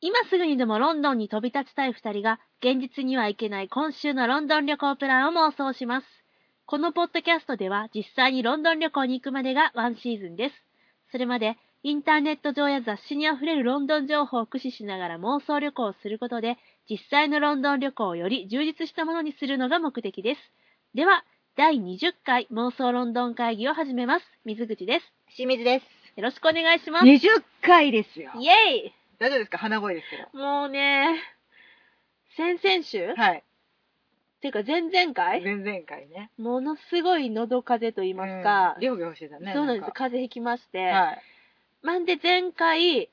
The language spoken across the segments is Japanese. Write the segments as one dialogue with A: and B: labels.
A: 今すぐにでもロンドンに飛び立ちたい二人が、現実には行けない今週のロンドン旅行プランを妄想します。このポッドキャストでは、実際にロンドン旅行に行くまでがワンシーズンです。それまで、インターネット上や雑誌にあふれるロンドン情報を駆使しながら妄想旅行をすることで、実際のロンドン旅行をより充実したものにするのが目的です。では、第20回妄想ロンドン会議を始めます。水口です。
B: 清水です。
A: よろしくお願いします。イ
B: 20回ですよ。
A: エイ
B: 大丈夫ですか鼻声ですけど。
A: もうね、先々週、
B: はい。
A: ていうか前々回、
B: 前々回ね。
A: ものすごい喉風邪と言いますか
B: うん、りょうぎょうしてたね。
A: そうなんです、
B: か。
A: 風邪ひきまして、
B: はい。
A: まんで前回、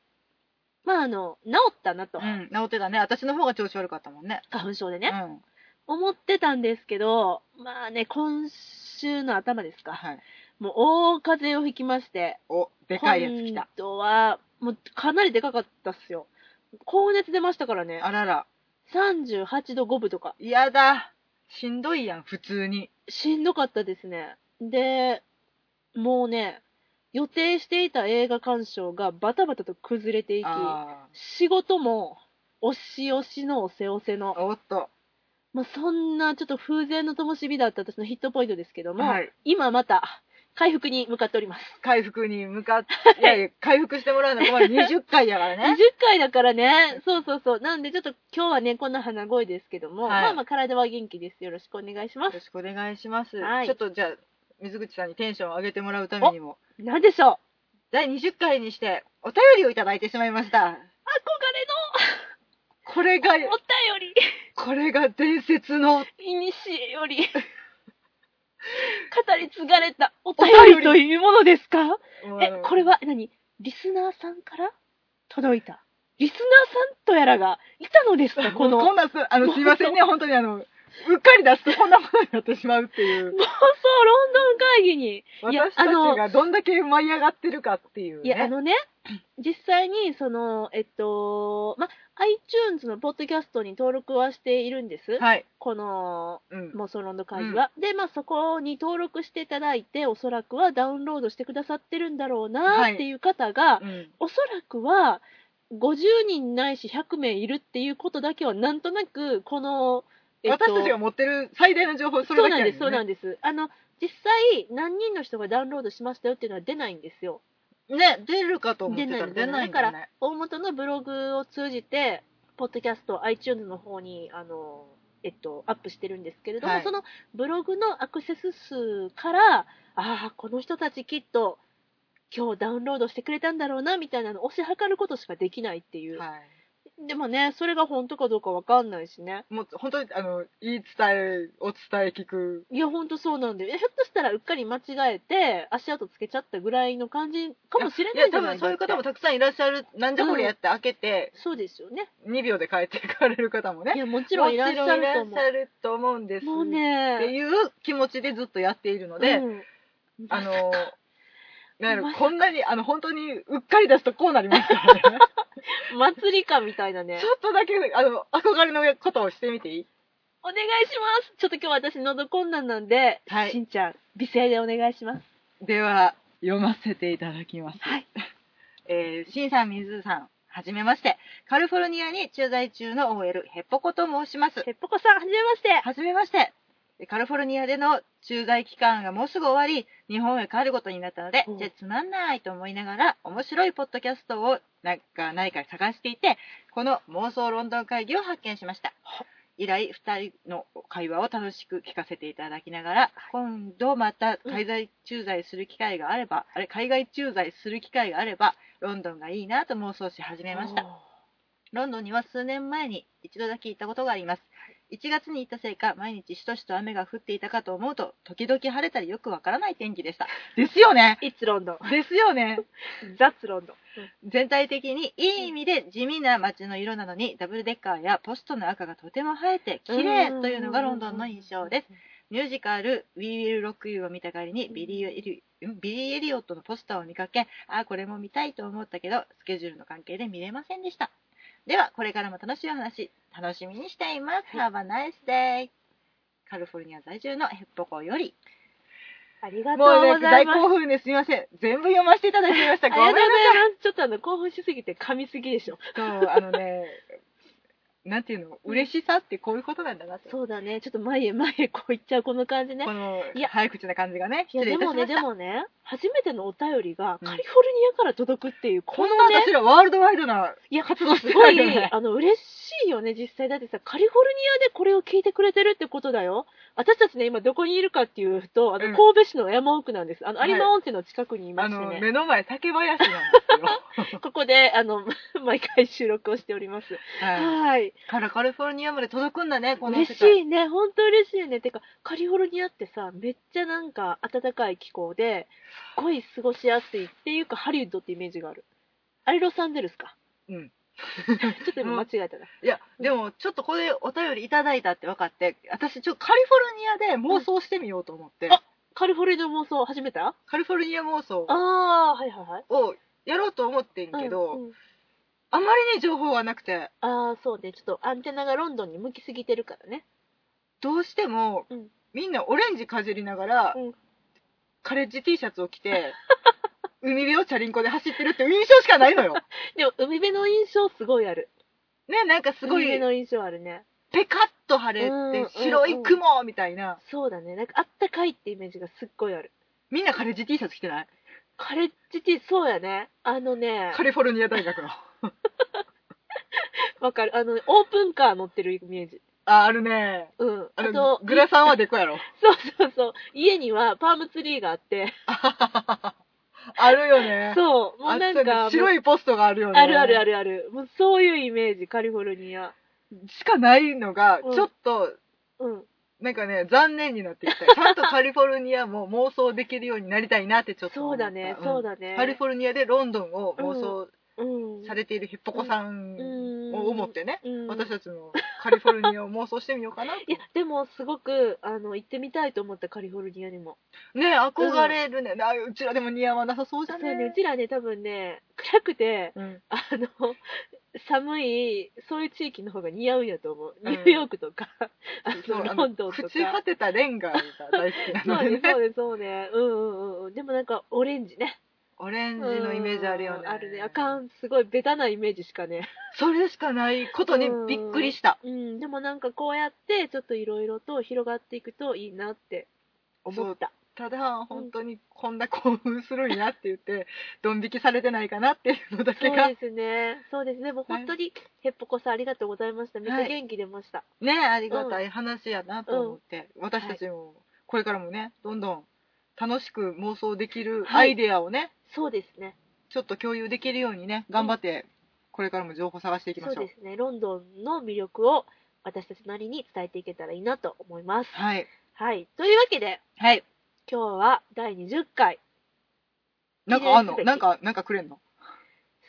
A: まああの、治ったなと、
B: うん、治ってたね。私の方が調子悪かったもんね。
A: 花粉症で
B: う
A: ね、
B: ん。
A: 思ってたんですけど、まあね、今週の頭ですか、
B: はい。
A: もう大風邪をひきまして、
B: お、でかいやつ来た。
A: 今度は、もうかなりでかかったっすよ。高熱出ましたからね、
B: あらら。
A: 38度5分とか。
B: 嫌だ。しんどいやん、普通に。
A: しんどかったですね。で、もうね、予定していた映画鑑賞がバタバタと崩れていき、
B: あ
A: 仕事も、押し押しのおせおせ
B: あ。
A: の、
B: おっと。
A: まあ、そんなちょっと風前の灯火だった私のヒットポイントですけども、
B: はい
A: 今また回復に向かっております。
B: 回復に向かって、いやいや、回復してもらうの は困る20回やから
A: 20
B: ね。
A: 回だからね、そうそうそう。なんでちょっと今日はね、こんな鼻声ですけども、
B: はい
A: まあまあ体は元気です。よろしくお願いしま
B: よ
A: す
B: ろ。しくお願いします。
A: はい
B: ちょっとじゃあ、水口さんにテンションを上げてもらうためにも、
A: なんでしょう憧
B: 第20回にしてお便りをいただいてしまいました。これが
A: れ、のお便り
B: これが伝説の
A: いにしえより語り継がれたお便りというものですかえ、これは何リスナーさんから届いた。リスナーさんとやらがいたのですか
B: こ
A: こ
B: の、
A: の
B: こんなす、あの、すいませんね、本当にあの、うっかり出すとこんなものになってしまうっていう、
A: 妄想ロンドン会議に。いや
B: 私たちがどんだけ舞い上がってるかっていう、ね。
A: いや、あのね、実際に、その、えっと、ま、iTunes のポッドキャストに登録はしているんです。
B: はい。
A: この、
B: うん。
A: 妄想ロンドン会議は。で、まあ、そこに登録していただいて、おそらくはダウンロードしてくださってるんだろうな
B: はい
A: っていう方が、
B: うん
A: おそらくは、50人ないし100名いるっていうことだけは、なんとなく、この、
B: 私たちが持ってる最大の情報、そ
A: そ
B: れだ
A: う
B: け
A: なんです、そうなん
B: で
A: んです。あの、実際、何人の人がダウンロードしましたよっていうのは出ないんですよ。
B: す。ね、出るかと思っ
A: 出
B: て
A: な
B: たら
A: い、出
B: 出
A: な。
B: ない
A: だ
B: いん
A: か
B: だ
A: ら
B: ね。、
A: 大元のブログを通じて、ポッドキャスト、iTunes の方に、あの、えっと、アップしてるんですけれども、
B: はい
A: そのブログのアクセス数から、ああ、この人たちきっと、今日ダウンロードしてくれたんだろうな、みたいなのを推し量ることしかできないっていう。
B: はい。
A: でもね、それが本当かどうかわかんないしね。
B: もう、本当に、あの、言い伝え、お伝え聞く。
A: いや、ほんとそうなんだよ。えひょっとしたらうっかり間違えて、足跡つけちゃったぐらいの感じかもしれ
B: い
A: な
B: や、
A: いじゃ
B: 多
A: な
B: 分
A: い
B: そういう
A: だって
B: 方もたくさんいらっしゃる。なんじゃこりゃって開けて、
A: そうですよね。
B: 2秒で帰っていかれる方もね
A: い。や、もちろんいらっしゃると思
B: もちろんいらっしゃると思うんです。
A: う。もう
B: って
A: ね、
B: いう気持ちでずっとやっているので、
A: うん
B: あ の、なんやろ
A: まさか
B: こんなに、あの、本当に、うっかり出すとこうなりますから ね。
A: 祭り感みたいなね
B: ち。ょっとだけ、あの、憧れのことをしてみていい
A: お願いしますちょっと今日私喉困難なんで、
B: はい
A: しんちゃん、美声でお願いします。
B: では、読ませていただきます。
A: はい。
B: えー、しんさん、みずさん、はじめまして。カリフォルニアに駐在中の OL、ヘッポコと申します。
A: てっぽこさん、はじめまして。
B: はじめまして。カリフォルニアでの駐在期間がもうすぐ終わり、日本へ帰ることになったので
A: うん、
B: じゃあつまんないと思いながら、面白いポッドキャストをなんかないか探していて、この妄想ロンドン会議を発見しました
A: は。
B: 以来、2人の会話を楽しく聞かせていただきながら、今度また海外駐在する機会があれば、あれ、海外駐在する機会があれば、ロンドンがいいなと妄想し始めました。ロンドンには数年前に一度だけ行ったことがあります。1月に行ったせいか、毎日しとしと雨が降っていたかと思うと、時々晴れたりよくわからない天気でした。 ですよね
A: いつロンドン。
B: ですよ ね
A: ザツロンドン。
B: 全体的にいい意味で地味な街の色なのに、ダブルデッカーやポストの赤がとても映えて綺麗というのがロンドンの印象です。ミュージカル「We Will Rock You」を見た帰りにビリー・エリんビリーエリオットのポスターを見かけあーこれも見たいと思ったけどスケジュールの関係で見れませんでしたではこれからも楽しいお話楽しみにしています、Have a nice day カリフォルニア在住のヘッポコより
A: ありがとう
B: もうね
A: ござい
B: 大
A: ます。
B: 興奮ですみません全部読ませていただきました
A: あり
B: ご
A: が
B: め
A: とうご
B: んな
A: ざい
B: さい
A: ます。ちょっとあの、興奮しすぎて噛みすぎでしょ。
B: そうあのねなんていうの嬉しさってこういうことなんだなって
A: そうだね。ちょっと前へ前へこういっちゃう、この感じね
B: こ。の
A: いや
B: 早口な感じがね
A: いや、
B: 失礼
A: で
B: い
A: も
B: たし
A: ね、
B: まし
A: で
B: た
A: もね、初めてのお便りが
B: う
A: カ
B: ん
A: リフォルニアから届くっていう、
B: こ
A: こ
B: ん
A: の
B: な
A: ね、
B: 私らワールドワイドない
A: や、
B: 活動して
A: す
B: る
A: ご
B: わけ
A: い
B: じゃな い、
A: あの、嬉しいよね、実際。だってさ、カリフォルニアでこれを聞いてくれてるってことだよ。私たちね、今どこにいるかっていうと、あの、
B: うん
A: 神戸市の山奥なんです。あの、
B: はい
A: 有馬温泉の近くにいま
B: あ
A: して
B: の
A: ね、
B: 目の前竹林 なんですよ
A: ここで、あの、 毎回収録をしております。
B: はい
A: はい。
B: からカリフォルニアまで届くんだねこの世
A: 嬉し
B: 界
A: いね、本当嬉しいね。てか、カリフォルニアってさ、めっちゃなんか暖かい気候で、すごい過ごしやすいっていうか、ハリウッドってイメージがある。あれロサンゼルス か。
B: うん
A: ちょっと今間違えたな。
B: いや、でも、ちょっとこれお便りいただいたって分かって、私、ちょっとカリフォルニアで妄想してみようと思って、
A: うんあカリフォルニア妄想始めた
B: カリフォルニア妄想
A: ああー、はいはいはい。
B: をやろうと思ってんけど、
A: うんうん
B: あまりに情報がなくて、
A: ああ、そうね。ちょっとアンテナがロンドンに向きすぎてるからね。
B: どうしても、
A: うん
B: みんなオレンジかじりながら、
A: うん
B: カレッジ T シャツを着て、海辺をチャリンコで走ってるっていう印象しかないのよ。
A: でも、海辺の印象すごいある。
B: ね、なんかすごい、
A: 海辺の印象あるね。
B: ペカッと晴れ
A: うんうんうん
B: て、白い雲みたいな、
A: そうだね。なんかあったかいってイメージがすっごいある。
B: みんなカレッジ T シャツ着てない
A: カレッジティそうやね。あのね
B: カ、リフォルニア大学の。
A: わかる。あの、オープンカー乗ってるイメージ。
B: あ、あるね。
A: うん。
B: あ
A: あ
B: の
A: と、
B: グラさんはで こやろ。
A: そうそうそう。家にはパームツリーがあって、
B: あるよね。
A: そう。も
B: あ
A: う
B: っ
A: な
B: た
A: ん
B: ね
A: か、
B: 白
A: い、
B: いポストがあるよね。
A: あるあるあ
B: る。
A: るある。もうそういうイメージ、カリフォルニア。
B: しかないのが、
A: うん
B: ちょっと、
A: うん。
B: なんかね、残念になってきた。ちゃんとカリフォルニアも妄想できるようになりたいなってちょっと
A: そ
B: 思
A: う
B: った。
A: だね、そう
B: だ、
A: だね。
B: カリフォルニアでロンドンを妄想
A: うん。
B: されているヘッポコさん
A: うん
B: を思ってね、
A: うん
B: 私たちもカリフォルニアを妄想してみようかなと。
A: いや、でもすごく、あの、行ってみたいと思った、カリフォルニアにも。
B: ね憧れるね、あうちらでも似合わなさそうじ
A: そ
B: ゃ
A: う
B: ね。
A: ね、うちらね、多分ね、暗くて、
B: うん
A: あの、 寒い、そういう地域の方が似合うんやと思う。
B: うん
A: ニューヨークとか、
B: そう
A: あの、
B: あの
A: ロンドンと
B: 朽
A: か。
B: ち果てたレンガが大好き
A: そ
B: な
A: う
B: ので
A: ね、
B: ね。
A: そうね、そうね。うんうんうん。でもなんか、オレンジね。
B: オレンジのイメージあるよ
A: う
B: ね。
A: んあるね。あかん、すごい、ベタなイメージしかね。
B: それしかないことにびっくりした。
A: うん、でもなんかこうやって、ちょっといろいろと広がっていくといいなって思った。
B: ただ、本当にこんな興奮するんやって言って、ドン引きされてないかなっていうのだ
A: そ
B: け
A: う
B: が。
A: ですね。そうですね。もう本当に、ヘッポコさんありがとうございました。めっちゃ元気出ました。
B: ねありがたい話やなと思って、私たちも、これからもね、どんどん楽しく妄想できるアイデアをね、
A: そうですね。
B: ちょっと共有できるようにね、頑張って、これからも情報探していきま
A: そう
B: しょう。
A: ですね。ロンドンの魅力を私たちなりに伝えていけたらいいなと思います。
B: はい。
A: はい。というわけで、
B: はい。
A: 今日は第20回。
B: なんかあ
A: 記念す
B: んの
A: べき
B: なんか、なんかくれんの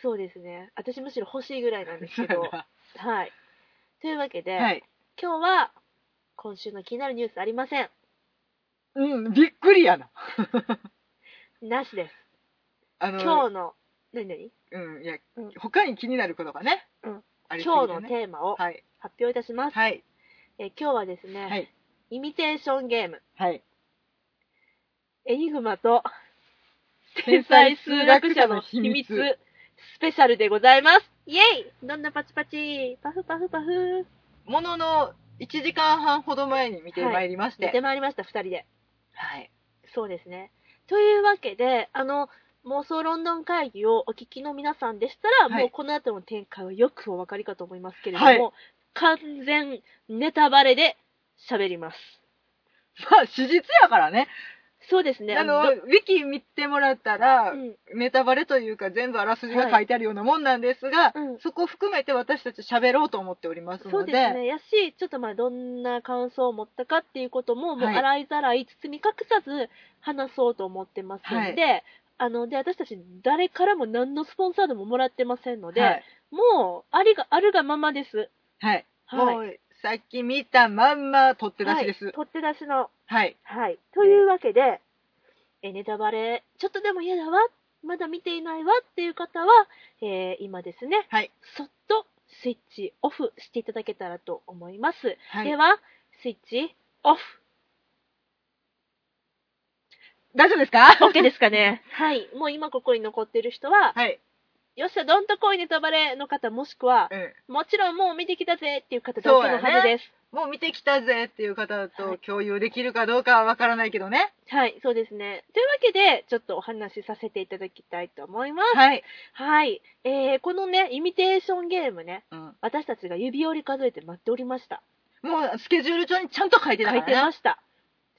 A: そうですね。私むしろ欲しいぐらいなんです け ど。
B: は
A: はい。というわけで、
B: い。
A: 今日は今週の気になるニュースありません。
B: うん、びっくりやな。
A: なしです。
B: あの、
A: 今日の、何々
B: うん、いや
A: うん、
B: 他に気になることがね、
A: うん
B: ありすぎ
A: 今
B: て
A: 日の
B: ね。
A: テーマを
B: はい。
A: 発表いたします。
B: はい。
A: えー今日はですね、
B: はい。
A: イミテーションゲーム、
B: はい。
A: エニグマと天
B: 天
A: 才数
B: 才
A: 学
B: 数学
A: 者
B: 者
A: の
B: の
A: 秘
B: 秘
A: 密
B: 密
A: スペシャルでございます。イェイどんなパチパチパフパフパフ
B: ものの1時間半ほど前に見てまいりまして。
A: 出てまいりました、二人で。
B: はい。
A: そうですね。というわけで、あの、妄想ロンドン会議をお聞きの皆さんでしたら、
B: はい
A: もうこの後の展開はよくお分かりかと思いますけれども、
B: はい
A: 完全ネタバレで喋ります。
B: まあ、史実やからね。
A: そうですね。
B: あの、ウ
A: ど
B: ィキ見てもらったら、
A: うん、
B: ネタバレというか全部あらすじが書いてあるようなもんなんですが、
A: うん
B: そこを含めて私たち喋ろうと思っております
A: そ
B: の
A: う
B: で、
A: ですね。やし、ちょっとまあ、どんな感想を持ったかっていうことも、もう
B: はい
A: 洗いざらい、包み隠さず話そうと思ってますので、あの、で、私たち誰からも何のスポンサーでももらってませんので、
B: はい。
A: もう、ありが、あるがままです。
B: はい。
A: はい。
B: もう、さっき見たまんま取って出しです。
A: は
B: はいい。
A: 取って出しの。はい。というわけで、えネタバレ、ちょっとでも嫌だわ、まだ見ていないわっていう方は、えー今ですね、
B: はい
A: そっとスイッチオフしていただけたらと思います。
B: はい
A: では、スイッチオフ。
B: 大丈夫ですか
A: OK ですかね。はい。もう今ここに残ってる人は、
B: はい。
A: よっしゃ、どんとこいネタバレの方、もしくは
B: う、ん。
A: もちろんもう見てきたぜっていう方だけのはずです。
B: もう見てきたぜっていう方
A: は
B: と
A: い
B: 共有できるかどうかはわからないけどね。
A: はい、そうですね。というわけで、ちょっとお話しさせていただきたいと思います。
B: はい。
A: はい。えー、このね、イミテーションゲームね、
B: うん、
A: 私たちが指折り数えて待っておりました。
B: もうスケジュール帳にちゃんと書いてた
A: 書
B: か
A: いて
B: ら
A: ま
B: ね。
A: した。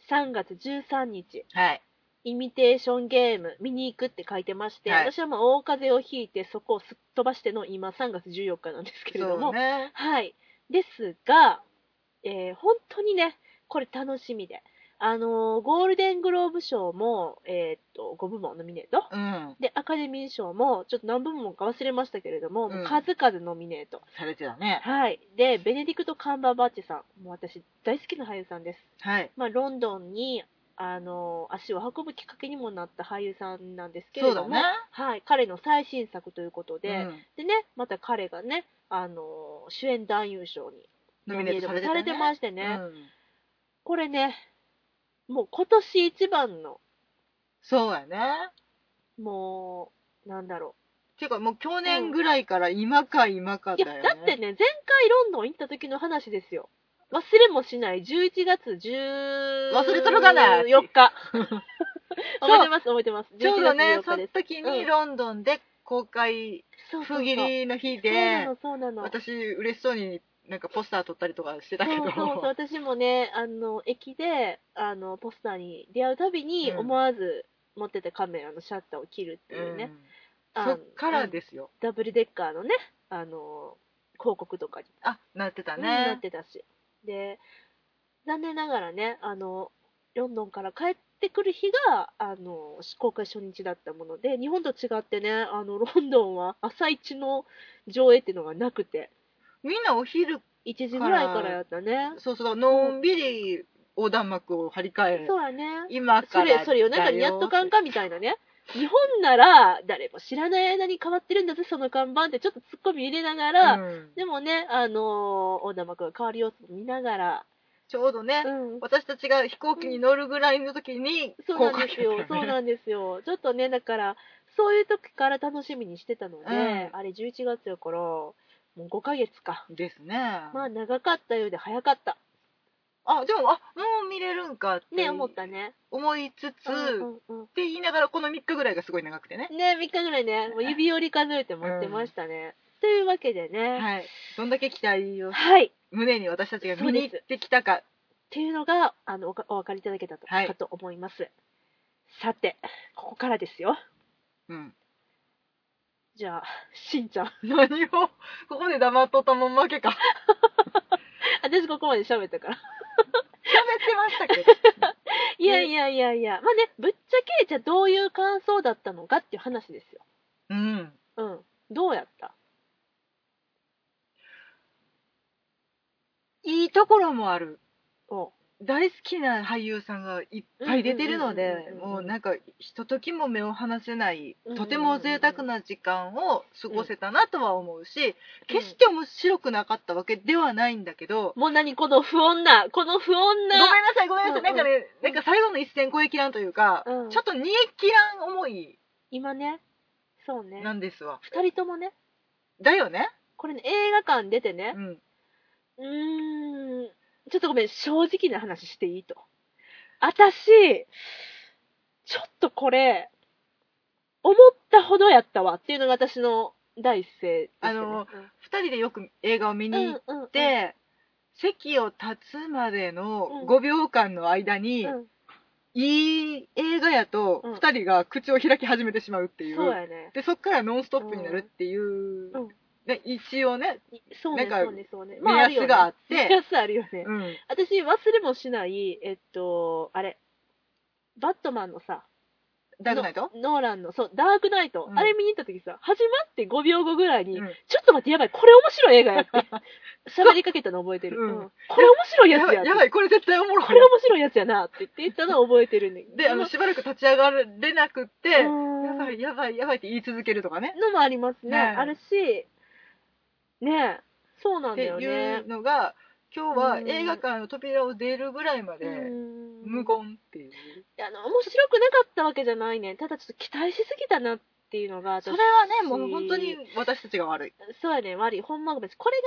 A: 3月13日、
B: はい。
A: イミテーションゲーム見に行くって書いてまして、
B: はい
A: 私はもう大風邪をひいてそこをすっ飛ばしての今3月14日なんですけれど
B: そ
A: も、
B: うね。
A: はい。ですが、えー本当にね、これ楽しみで。あのーゴールデングローブ賞も、えーっと、5部門ノミネート。
B: うん。
A: で、アカデミー賞も、ちょっと何部門か忘れましたけれども、もううん数々ノミネート。
B: されてたね。
A: はい。で、ベネディクト・カンバーバッチさん。もう私大好きな俳優さんです。
B: はい。
A: まあ、ロンドンに、あのー足を運ぶきっかけにもなった俳優さんなんですけれども、
B: そうだね
A: はい。彼の最新作ということで、
B: うん
A: でね、また彼がね、あのー主演男優賞に
B: ノミネートされてた
A: さ
B: ね
A: れてましてね、
B: うん
A: これね、もう今年一番の、
B: そうやね。
A: もう、なんだろ
B: ていうかもう去年ぐらいから今か今
A: う。
B: か
A: いや、
B: だよね。
A: だってね、前回ロンドン行った時の話ですよ。忘れもしない、11月10
B: 忘れとるがな
A: 4日。 覚えて ます、覚えてます。
B: ちょうどね
A: 11、月
B: そ
A: 4日
B: の
A: です。
B: 時
A: う
B: に
A: ん
B: ロンドンで公開
A: そうそうそ
B: 不
A: う
B: 義理の日
A: そうな
B: で
A: の、、そうなの。
B: 私嬉しそうになんかポスター撮ったりとかしてたけど
A: そうそうそう私もねあの駅であのポスターに出会うたびに
B: うん
A: 思わず持ってたカメラのシャッターを切るっていうね、
B: うん
A: あ
B: そ
A: の
B: っからですよ。
A: ダブルデッカーのねあの広告とかに、
B: あ、なってた
A: うんな
B: ね
A: っ。てたしで残念ながらねあのロンドンから帰ってくる日があの公開初日だったもので日本と違ってねあのロンドンは朝一の上映っていうのがなくて
B: みんなお昼、
A: 1時ぐらいからやったね
B: そうそう、のんびり横断幕を張り替え、
A: そうやね
B: 今か
A: そ
B: らだよ
A: れ、それ夜中にやっとかんかみたいなね。日本なら、誰も知らない間に変わってるんだぜ、その看板って、ちょっとツッコミ入れながら、
B: うん
A: でもね、あのー、大玉くんが変わる様子を見ながら、
B: ちょうどね
A: う、ん。
B: 私たちが飛行機に乗るぐらいの時に
A: そう
B: 公
A: なん
B: 開
A: ですよ、そう
B: で
A: なんですよ。ちょっとね、だから、そういう時から楽しみにしてたので、
B: うん
A: あれ11月やから、もう5ヶ月か。
B: すですね。
A: まあ長かったようで早かった。
B: あ、でも、あ、もう見れるんかって
A: ね、思ったね。
B: 思いつつ、
A: う
B: っ
A: んうんうん
B: て言いながら、この3日ぐらいがすごい長くてね。
A: ね、3日ぐらいね、もう指折り数えて持ってましたね。というわけでね、
B: はい。どんだけ期待を
A: はい。っ
B: 胸に私たちが見に行ってきたか。
A: ていうのが、あの、おかお分かりいただけたと、
B: はい
A: かと思います。さて、ここからですよ。
B: うん。
A: じゃあ、しんちゃん。
B: 何を、ここで黙っとったもん負けか。
A: 私ここまで喋ったから。
B: 喋ってましたけど。
A: いやいやいやいや。まあね、ぶっちゃけ、じゃあどういう感想だったのかっていう話ですよ。
B: うん。
A: うん。どうやった
B: いいところもある。
A: お
B: 大好きな俳優さんがいっぱい出てるので
A: うんうんうんうんうん
B: もうなんかひとときも目を離せない
A: うんうんうん
B: とても贅沢な時間を過ごせたなとは思うし決して面白くなかったわけではないんだけど、
A: もう何この不穏な、この不穏
B: ごめん
A: な。
B: なさいごめんなさい、
A: うんうん
B: なんかねなんか最後の一線超えきらんというか、
A: うん
B: ちょっと煮えきらん思い
A: 今ね、そうね
B: な。んですわ、
A: 二人ともね、
B: だよね、
A: これね、映画館出てね
B: う、ん、
A: うーん、ちょっとごめん、正直な話していいと。私、ちょっとこれ、思ったほどやったわっていうのが私の第一声でしたね、
B: あの2人でよく映画を見
A: う
B: に
A: ん、
B: 行っ
A: うん、うん、
B: て、席を立つまで
A: う
B: の
A: ん
B: 5秒間の間に、
A: うん
B: いい映画やと
A: うん
B: 2人が口を開き始めてしまうっていう、
A: そうやね。
B: でそっからノンストップになるっていう、
A: うん
B: ね、一応ね、
A: そうね、
B: なんか
A: そうね、そうね。
B: 目安があ
A: あ
B: っ
A: るよね
B: て、
A: 目安あるよね。
B: うん
A: 私、忘れもしない、えっと、あれ、バットマンのさ、
B: ダークナイト
A: ノノーランの、そう、ダークナイト、
B: うん
A: あれ見に行った時さ、始まって5秒後ぐらいに、
B: うん
A: ちょっと待って、やばい、これ面白い映画やっ て。喋りかけたの覚えてる。
B: うん
A: うんこれ面白いや
B: や
A: つ
B: ば
A: や
B: い、やば
A: い。
B: い、これ絶対おもろい
A: これ面白いやつやなって言って言ったのは覚えてるんだけど。
B: で、あの、しばらく立ち上がれなくって、や
A: や
B: ばい、やばい、やばいって言い続けるとかね。
A: のもありますね。
B: ね
A: あるし、ねえ、そうなんだ
B: って
A: よね
B: いう。のが、今日は
A: うん
B: 映画館の扉を出るぐらいまで
A: うん
B: 無言っていう。
A: いやあの面白くなかったわけじゃないねただちょっと期待しすぎたなっていうのが私
B: それはね、もう本当に私たちが悪い。
A: そうやね悪いほんまごめんこれ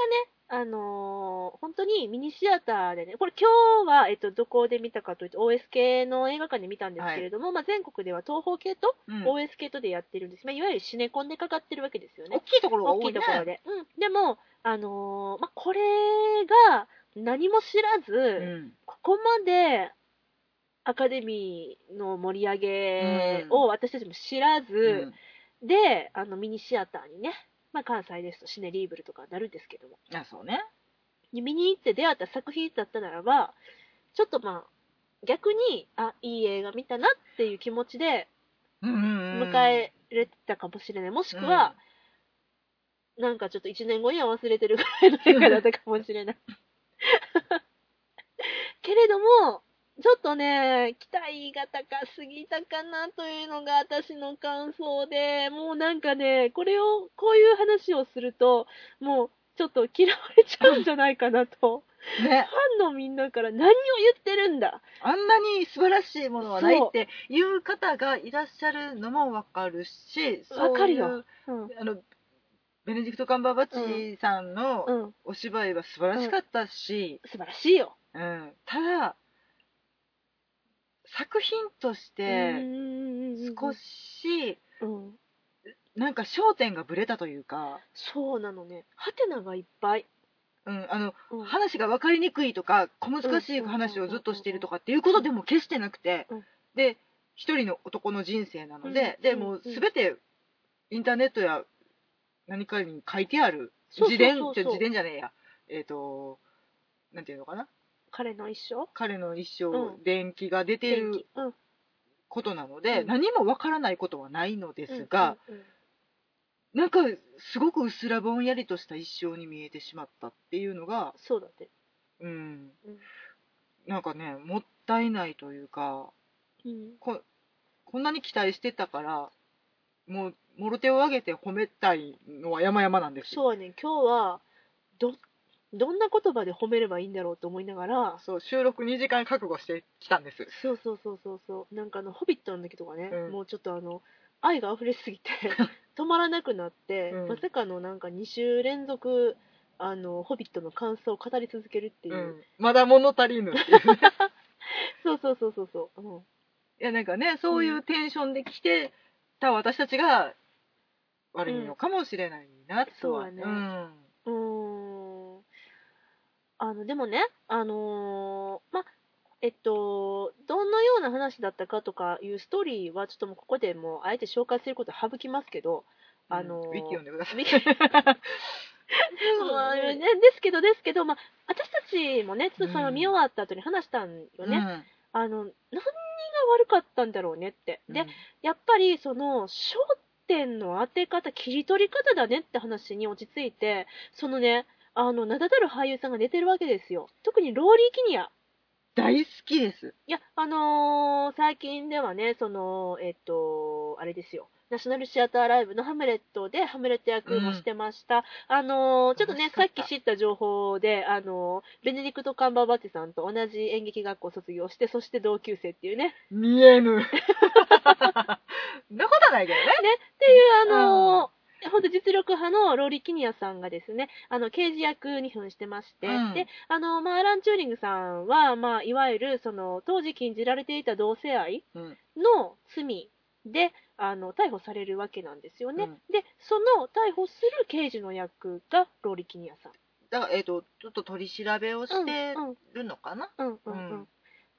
A: がねあのー本当にミニシアターでねこれ今日は、えっと、どこで見たかというと OSK の映画館で見たんですけれども、まあ、全国では東宝系と
B: うん、大
A: OSK とでやってるんです、まあ、いわゆるシネコンでかかってるわけですよね
B: きいところが
A: 大き
B: 多
A: い
B: い
A: と
B: ね。
A: ころで。うん、でも、あのーまあ、これが何も知らず、
B: うん。
A: ここまでアカデミーの盛り上げを私たちも知らず、で、あのミニシアターにね、まあ、関西ですとシネリーブルとかになるんですけども、
B: うんあ、そうね。
A: に見に行って出会った作品だったならば、ちょっとまあ、逆に、あ、いい映画見たなっていう気持ちで
B: うんうんうん。
A: 迎えれたかもしれない。もしくは、なんかちょっと1年後には忘れてるぐらいの映画だったかもしれない。 けれども、ちょっとね、期待が高すぎたかなというのが私の感想で、もうなんかね、これを、こういう話をすると、もうちょっと嫌われちゃうんじゃないかなと。
B: うんね
A: フ、ァンのみんなから何を言ってるんだ。
B: あんなに素晴らしいものはないっていう方がいらっしゃるのもわかるし、そういう
A: わかるよ。うん。
B: あの、ベネディクト・カンバーバッチさんの
A: うん。
B: お芝居は素晴らしかったし、
A: 素晴らしいよ。
B: うんただ、作品として
A: 少。
B: 少し、
A: うん。
B: なんか焦点がぶれたというか、
A: そうなのね。ハテナがいっぱい。
B: うん、あの、
A: うん
B: 話が分かりにくいとか小難しい話をずっとしているとかっていうことでも決してなくて、
A: うん
B: で一人の男の人生なので、
A: うん
B: でもう全てインターネットや何かに書いてある
A: そうそう
B: 自
A: そう
B: 伝
A: そう
B: じゃ自伝じゃねえやえっ、となんていうのかな
A: 彼の一生
B: 彼の一
A: う
B: 生伝記が出てい
A: 電
B: る
A: 気うん
B: ことなので、
A: うん
B: 何も分からないことはないのですが、、
A: うんうんうん
B: なんかすごくうすらぼんやりとした一生に見えてしまったっていうのが
A: そうだって。
B: うん
A: うん
B: なんかね、もったいないというか、
A: うん
B: ここんなに期待してたから、もう、もろ手を挙げて褒めたいのは山々なんですよ。
A: そうやねん今日はどどんな言葉で褒めればいいんだろうと思いながら
B: そう、収録2時間覚悟してきたんです。
A: そうそうそうそうそうなんかあの「ホビット」の時とかね、
B: うん
A: もうちょっとあの愛が溢れすぎ て止まらなくなって、
B: うん
A: まさかのなんか2週連続あの「ホビット」の感想を語り続けるっていう、
B: うん。まだ物足りぬって いう。い
A: そうそうそうそうそう、うん、
B: や、なんかね、そういうテンションで来てた私たちが悪いのかもしれないな、とは。
A: そうやね
B: ん。
A: うーんあのでもね、あのーまえっと、どのような話だったかとかいうストーリーは、ちょっともうここでもうあえて紹介することは省きますけど、あのー
B: うんウィキ読んでください。
A: ウィキ まあね、ですけど、ですけど、ま私たちもね、ちょっとその
B: うん
A: 見終わった後に話したんよね、
B: ね。
A: あの何が悪かったんだろうねって、で
B: うん
A: やっぱりその焦点の当て方、切り取り方だねって話に落ち着いて、そのね、あの名だたる俳優さんが出てるわけですよ。特にローリー・キニア。
B: 大好きです。
A: いや、あのー最近ではね、その、えっと、あれですよ。ナショナルシアターライブのハムレットでハムレット役もしてました。あのーちょっとね、
B: 楽し
A: さ
B: か
A: っ
B: っ
A: き
B: た
A: 知った情報で、あのーベネディクト・カンバーバッチさんと同じ演劇学校卒業して、そして同級生っていうね、
B: 見えぬ。なことないけどね。
A: っていう、あのー、本当実力派のローリー・キニアさんがですね、あの、刑事役に扮してまして、
B: うん
A: で、あの、まあ、アラン・チューリングさんは、まあ、いわゆる、その、当時禁じられていた同性愛
B: うん
A: の罪で、あの、逮捕されるわけなんですよね。
B: うん
A: で、その逮捕する刑事の役がローリー・キニアさん。
B: だから、えっ、と、ちょっと取り調べをして
A: うん、うん、
B: るのかな、
A: うん、うん、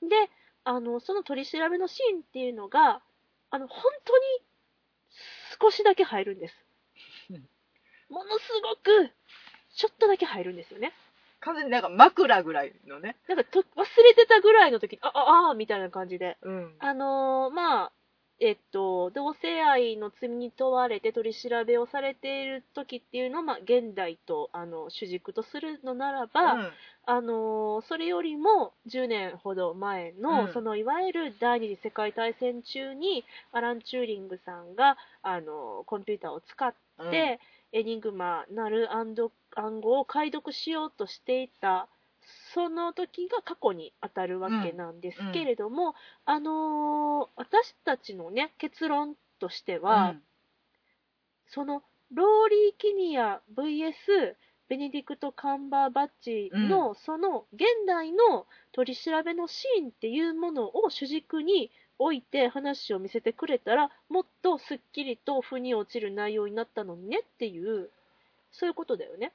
A: うん。で、あの、その取り調べのシーンっていうのが、あの、本当に少しだけ入る んです。ものすごく、ちょっとだけ入るんですよね。
B: 完全になんか枕ぐらいのね。
A: なんかと、忘れてたぐらいの時に、あ、あ、あ、みたいな感じで。
B: うん
A: あのーまあ、えっと、同性愛の罪に問われて取り調べをされている時っていうのを、まあ、現代と、あの、主軸とするのならば、あのーそれよりも10年ほど前の、
B: うん
A: そのいわゆる第二次世界大戦中にアラン・チューリングさんが、あのーコンピューターを使っ
B: うん、
A: て、エニグマなる暗暗号を解読しようとしていたその時が過去に当たるわけなんですけれども、あのー私たちのね結論としては、そのローリー・キニア VS ベネディクト・カンバーバッチの、その現代の取り調べのシーンっていうものを主軸に置いて話を見せてくれたらもっとすっきりと腑に落ちる内容になったのにねっていうそういうことだよね。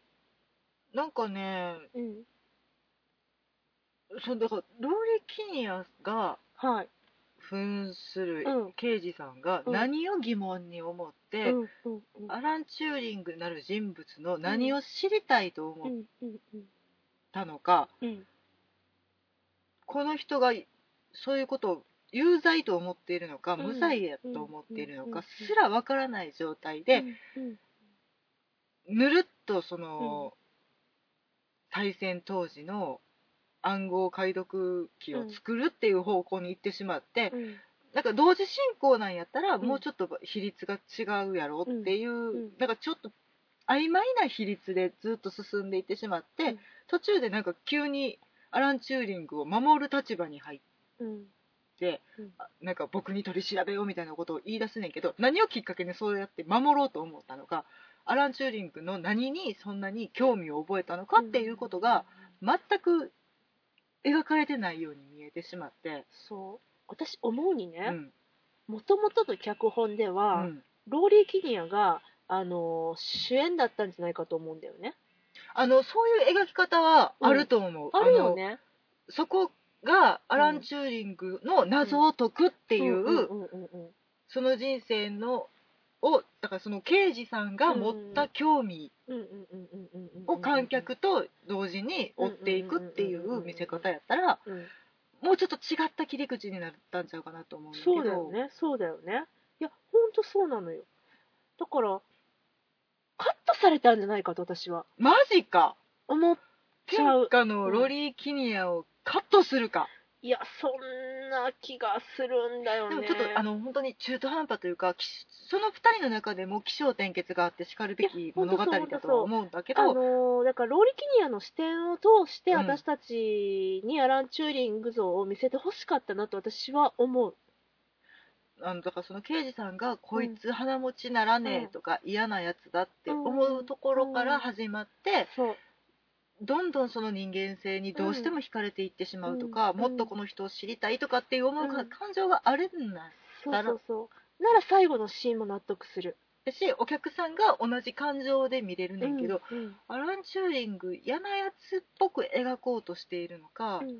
B: なんかね
A: うん、
B: そうだからローリー・キニアが
A: はい、
B: 扮する
A: うん
B: 刑事さんが
A: うん
B: 何を疑問に思って、
A: うんうんうん
B: アラン・チューリングなる人物の何を知りたいと
A: う
B: 思っ
A: んうんうん
B: たのか、
A: うん
B: この人がそういうことを有罪と思っているのか、
A: うん
B: 無罪やと思っているの
A: うんうん
B: かすらわからない状態で、
A: うん
B: ぬるっとその、対戦当時の暗号解読機を作るっていう方向に行ってしまって、
A: うん
B: なんか同時進行なんやったら、
A: うん
B: もうちょっと比率が違うやろってい
A: ん
B: う、なんかちょっと曖昧な比率でずっと進んでいってしまって、
A: うん
B: 途中でなんか急にアラン・チューリングを守る立場に入っ
A: うん
B: て、
A: うん
B: あなんか僕に取り調べようみたいなことを言い出すねんけど何をきっかけにそうやって守ろうと思ったのかアラン・チューリングの何にそんなに興味を覚えたのかっていうことが全く描かれてないように見えてしまって。
A: そう私思うに
B: う
A: ね
B: ん
A: もともとの脚本で
B: う
A: は、
B: ん
A: ローリー・キニアが、あのー主演だったんじゃないかと思うんだよね。
B: あのそういう描き方はあると思う、
A: あるよね。
B: あのそこがアラン・チューリングの謎を解くっていう、
A: んうんうんうん
B: その人生のをだからその刑事さんが持った興味
A: うんうんうんうんうんうん
B: を観客と同時に追っていくっていう見せ方やったら
A: うん
B: もうちょっと違った切り口になったんちゃうかなと思うんだけど
A: そうだよねそうだよねいやほんとそうなのよだからカットされたんじゃないかと私は
B: マジか
A: 思っちゃ
B: 天
A: う
B: 下のロリー・キニアをカットするか、
A: いやそんな気がするんだよ
B: で
A: ね
B: もちょっとあの本当に中途半端というかきしその2人の中でも起承転結があってしかるべ
A: いや
B: き物語
A: 本当
B: だ
A: そう
B: とは思うんだけ
A: あ
B: ど
A: のーだからローリキニアの視点を通して
B: うん
A: 私たちにアラン・チューリング像を見せてほしかったなと私は思う、
B: あのだからその刑事さんが「こいつ鼻持ちならねえ」とか、嫌なやつだ」って思うところから始まって、
A: そう
B: どんどんその人間性にどうしても惹かれていってしまうとか、
A: うん
B: もっとこの人を知りたいとかっていう思う
A: う
B: か、
A: ん
B: 感情があるんだ
A: そうそうそうなら最後のシーンも納得する
B: しお客さんが同じ感情で見れるねんけど、
A: うんうん
B: アラン・チューリング嫌なやつっぽく描こうとしているのか、
A: うん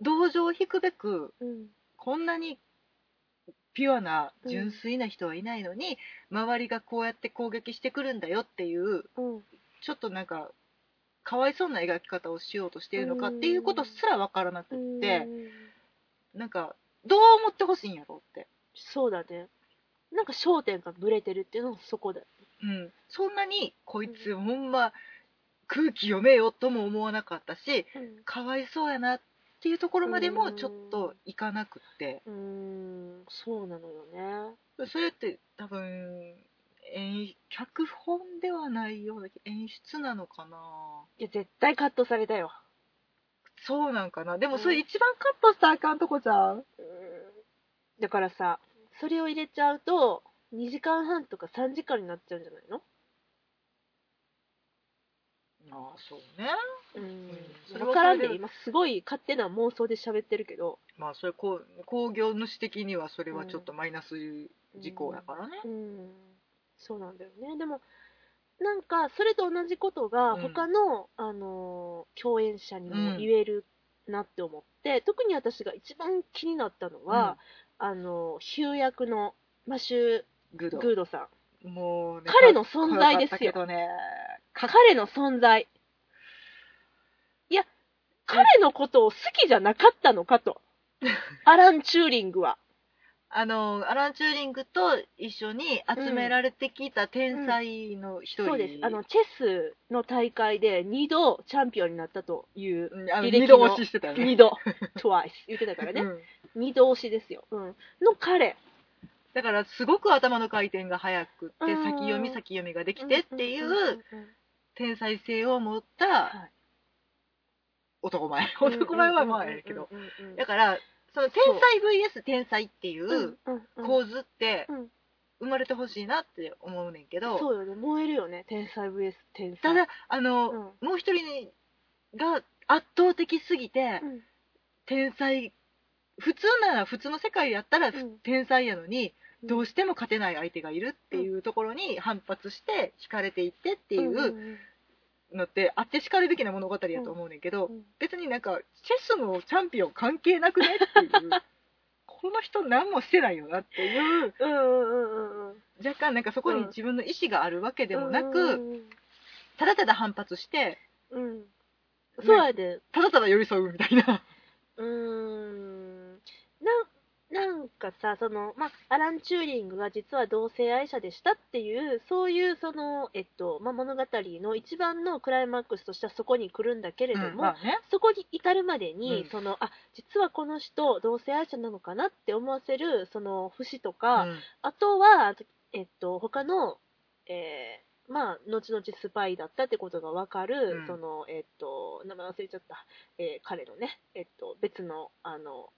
B: 同情を引くべく
A: うん
B: こんなにピュアな純粋な人はいないのに、周りがこうやって攻撃してくるんだよっていう
A: うん
B: ちょっとなんかかわいそうな描き方をしようとしているのか
A: う
B: っ
A: ん
B: ていうことすらわからなくって、
A: うん
B: なんかどう思ってほしいんやろうって、
A: そうだねなんか焦点がぶれてるっていうのはそこだ
B: うん、そんなにこいつほんま空気読めよとも思わなかったしかわいそうやなっていうところまでもちょっといかなくって。
A: うーんそうなのよね
B: それって多分演脚本ではないような演出なのかない
A: や絶対カットされたよ
B: そうなんかなで
A: う
B: も
A: ん
B: それ一番カットしたらあかんとこじゃん
A: だからさそれを入れちゃうと2時間半とか3時間になっちゃうんじゃないの
B: ああそうねそれは
A: 分からん
B: そ
A: で
B: れで
A: 今すごい勝手な妄想で喋ってるけど
B: まあそれこう工業主的にはそれはちょっとマイナス事項やからね、
A: うんそうなんだよねでもなんかそれと同じことが
B: うん
A: 他の、あのー共演者にも言えるなって思って、特に私が一番気になったのは、あのーヒュー役のマシュー・
B: グード
A: グードさん
B: もう、ね、
A: 彼の存在ですよ
B: かっこかったけどねかっ
A: 彼の存在いや彼のことを好きじゃなかったのか とアラン・チューリングは
B: あのアラン・チューリングと一緒に集められてきた天才の一人、
A: そうですあのチェスの大会で2度チャンピオンになったという
B: うんあの
A: 履歴の
B: 二度押ししてたよね
A: 二度 twice 言ってたから
B: う
A: ね、
B: ん
A: 二度押しですよ、うん、の彼
B: だからすごく頭の回転が速くって
A: うん
B: 先読み先読みができてってい
A: んんん
B: う天才性を持った男前男前はまあやるけど
A: うんうんうんうん
B: だからその天才 VS 天才ってい
A: うん
B: う
A: うんうん
B: 構図って
A: うん
B: 生まれてほしいなって思うねんけど、
A: そうよね燃えるよね天才 VS 天才
B: ただあの、
A: うん
B: もう一人が圧倒的すぎて、
A: うん
B: 天才普通なら普通の世界やったら
A: うん
B: 天才やのに、
A: うん
B: どうしても勝てない相手がいるっていうところに反発して惹かれていってってい
A: ん
B: うのってあってしかるべきな物語やと思うねんけど、
A: うんうん
B: 別になんかチェスのチャンピオン関係なくねっていう この人何もしてないよなっていう
A: うんうん
B: 若干なんかそこに自分の意思があるわけでもな
A: う
B: く、
A: ん
B: ただただ反発して
A: うんうんそうやで
B: ただただ寄り添うみたいな。
A: うーんなんなんかさその、まあ、アラン・チューリングが実は同性愛者でしたっていうそういうその、えっとまあ、物語の一番のクライマックスとしてはそこに来るんだけれども、
B: うんまあね
A: そこに至るまでに、
B: うん
A: そのあ実はこの人同性愛者なのかなって思わせるその節と
B: う
A: か、
B: ん
A: あとは、あとえっと、他の、えーまあ、後々スパイだったってことがわかる、
B: うん
A: その、えっと、名前忘れちゃった、えー彼のね、えっと、別の、あの、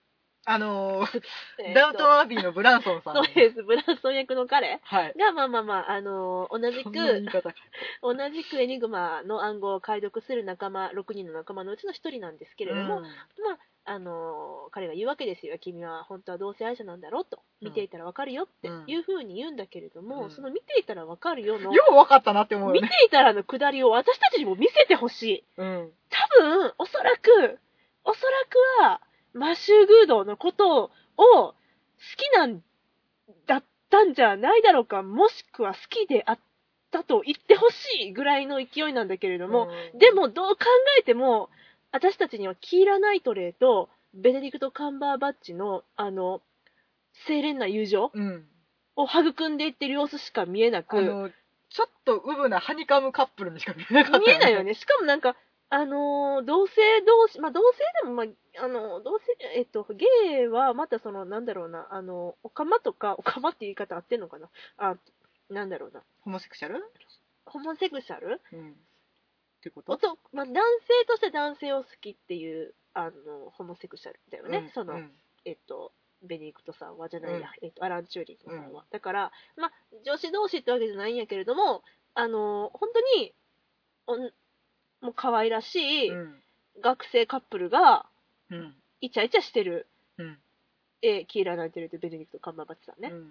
B: あのー
A: えーと
B: ダウントンアビーのブランソンさん。
A: そうです、ブランソン役の彼
B: はい。
A: が、まあまあまあ、あの、同じ
B: そんな言い
A: く、
B: 方か
A: 同じくエニグマの暗号を解読する仲間、6人の仲間のうちの1人なんですけれども、
B: うん
A: あの彼が言うわけですよ、君は本当は同性愛者なんだろうと、
B: うん
A: 見ていたらわかるよって
B: うん
A: いうふうに言うんだけれども、
B: うん
A: その見ていたらわかるよの、
B: よう分かったなって思う
A: 見
B: よ
A: て
B: ね。
A: いたらのくだりを私たちにも見せてほしい。
B: うん。
A: 多分、おそらく、おそらくは、マシュー・グードーのことを好きなんだったんじゃないだろうか、もしくは好きであったと言ってほしいぐらいの勢いなんだけれども、
B: うん
A: で、もどう考えても私たちにはキーラ・ナイトレイとベネディクト・カンバーバッチのあの清廉な友情
B: うん。
A: を育んでいってる様子しか見えなく
B: あの、ちょっとウブなハニカムカップルにしか見えなかった、
A: 見えないよ。ねしかもなんかあのー同性同士まあ同性でもまああのー同性えっとゲイはまたそのなんだろうなあのオカマとかオカマって言い方合ってんのかなあなんだろうな
B: ホモセクシャル
A: ホモセクシャル
B: うん。ってこと
A: 男、まあ、男性として男性を好きっていうあのホモセクシャルだよね、
B: うん
A: その、
B: うん
A: えっと、ベニクトさんはじゃないや、
B: うん
A: えっと、アラン・チューリングさんは。だから、まあ、女子同士ってわけじゃないんやけれども、あのー本当におんもう可愛らしい
B: うん。
A: 学生カップルが
B: うん。
A: イチャイチャしてる、
B: うん
A: えーキーラ・ナイトレイとベネディクト・カンバーバッチさんね、
B: うん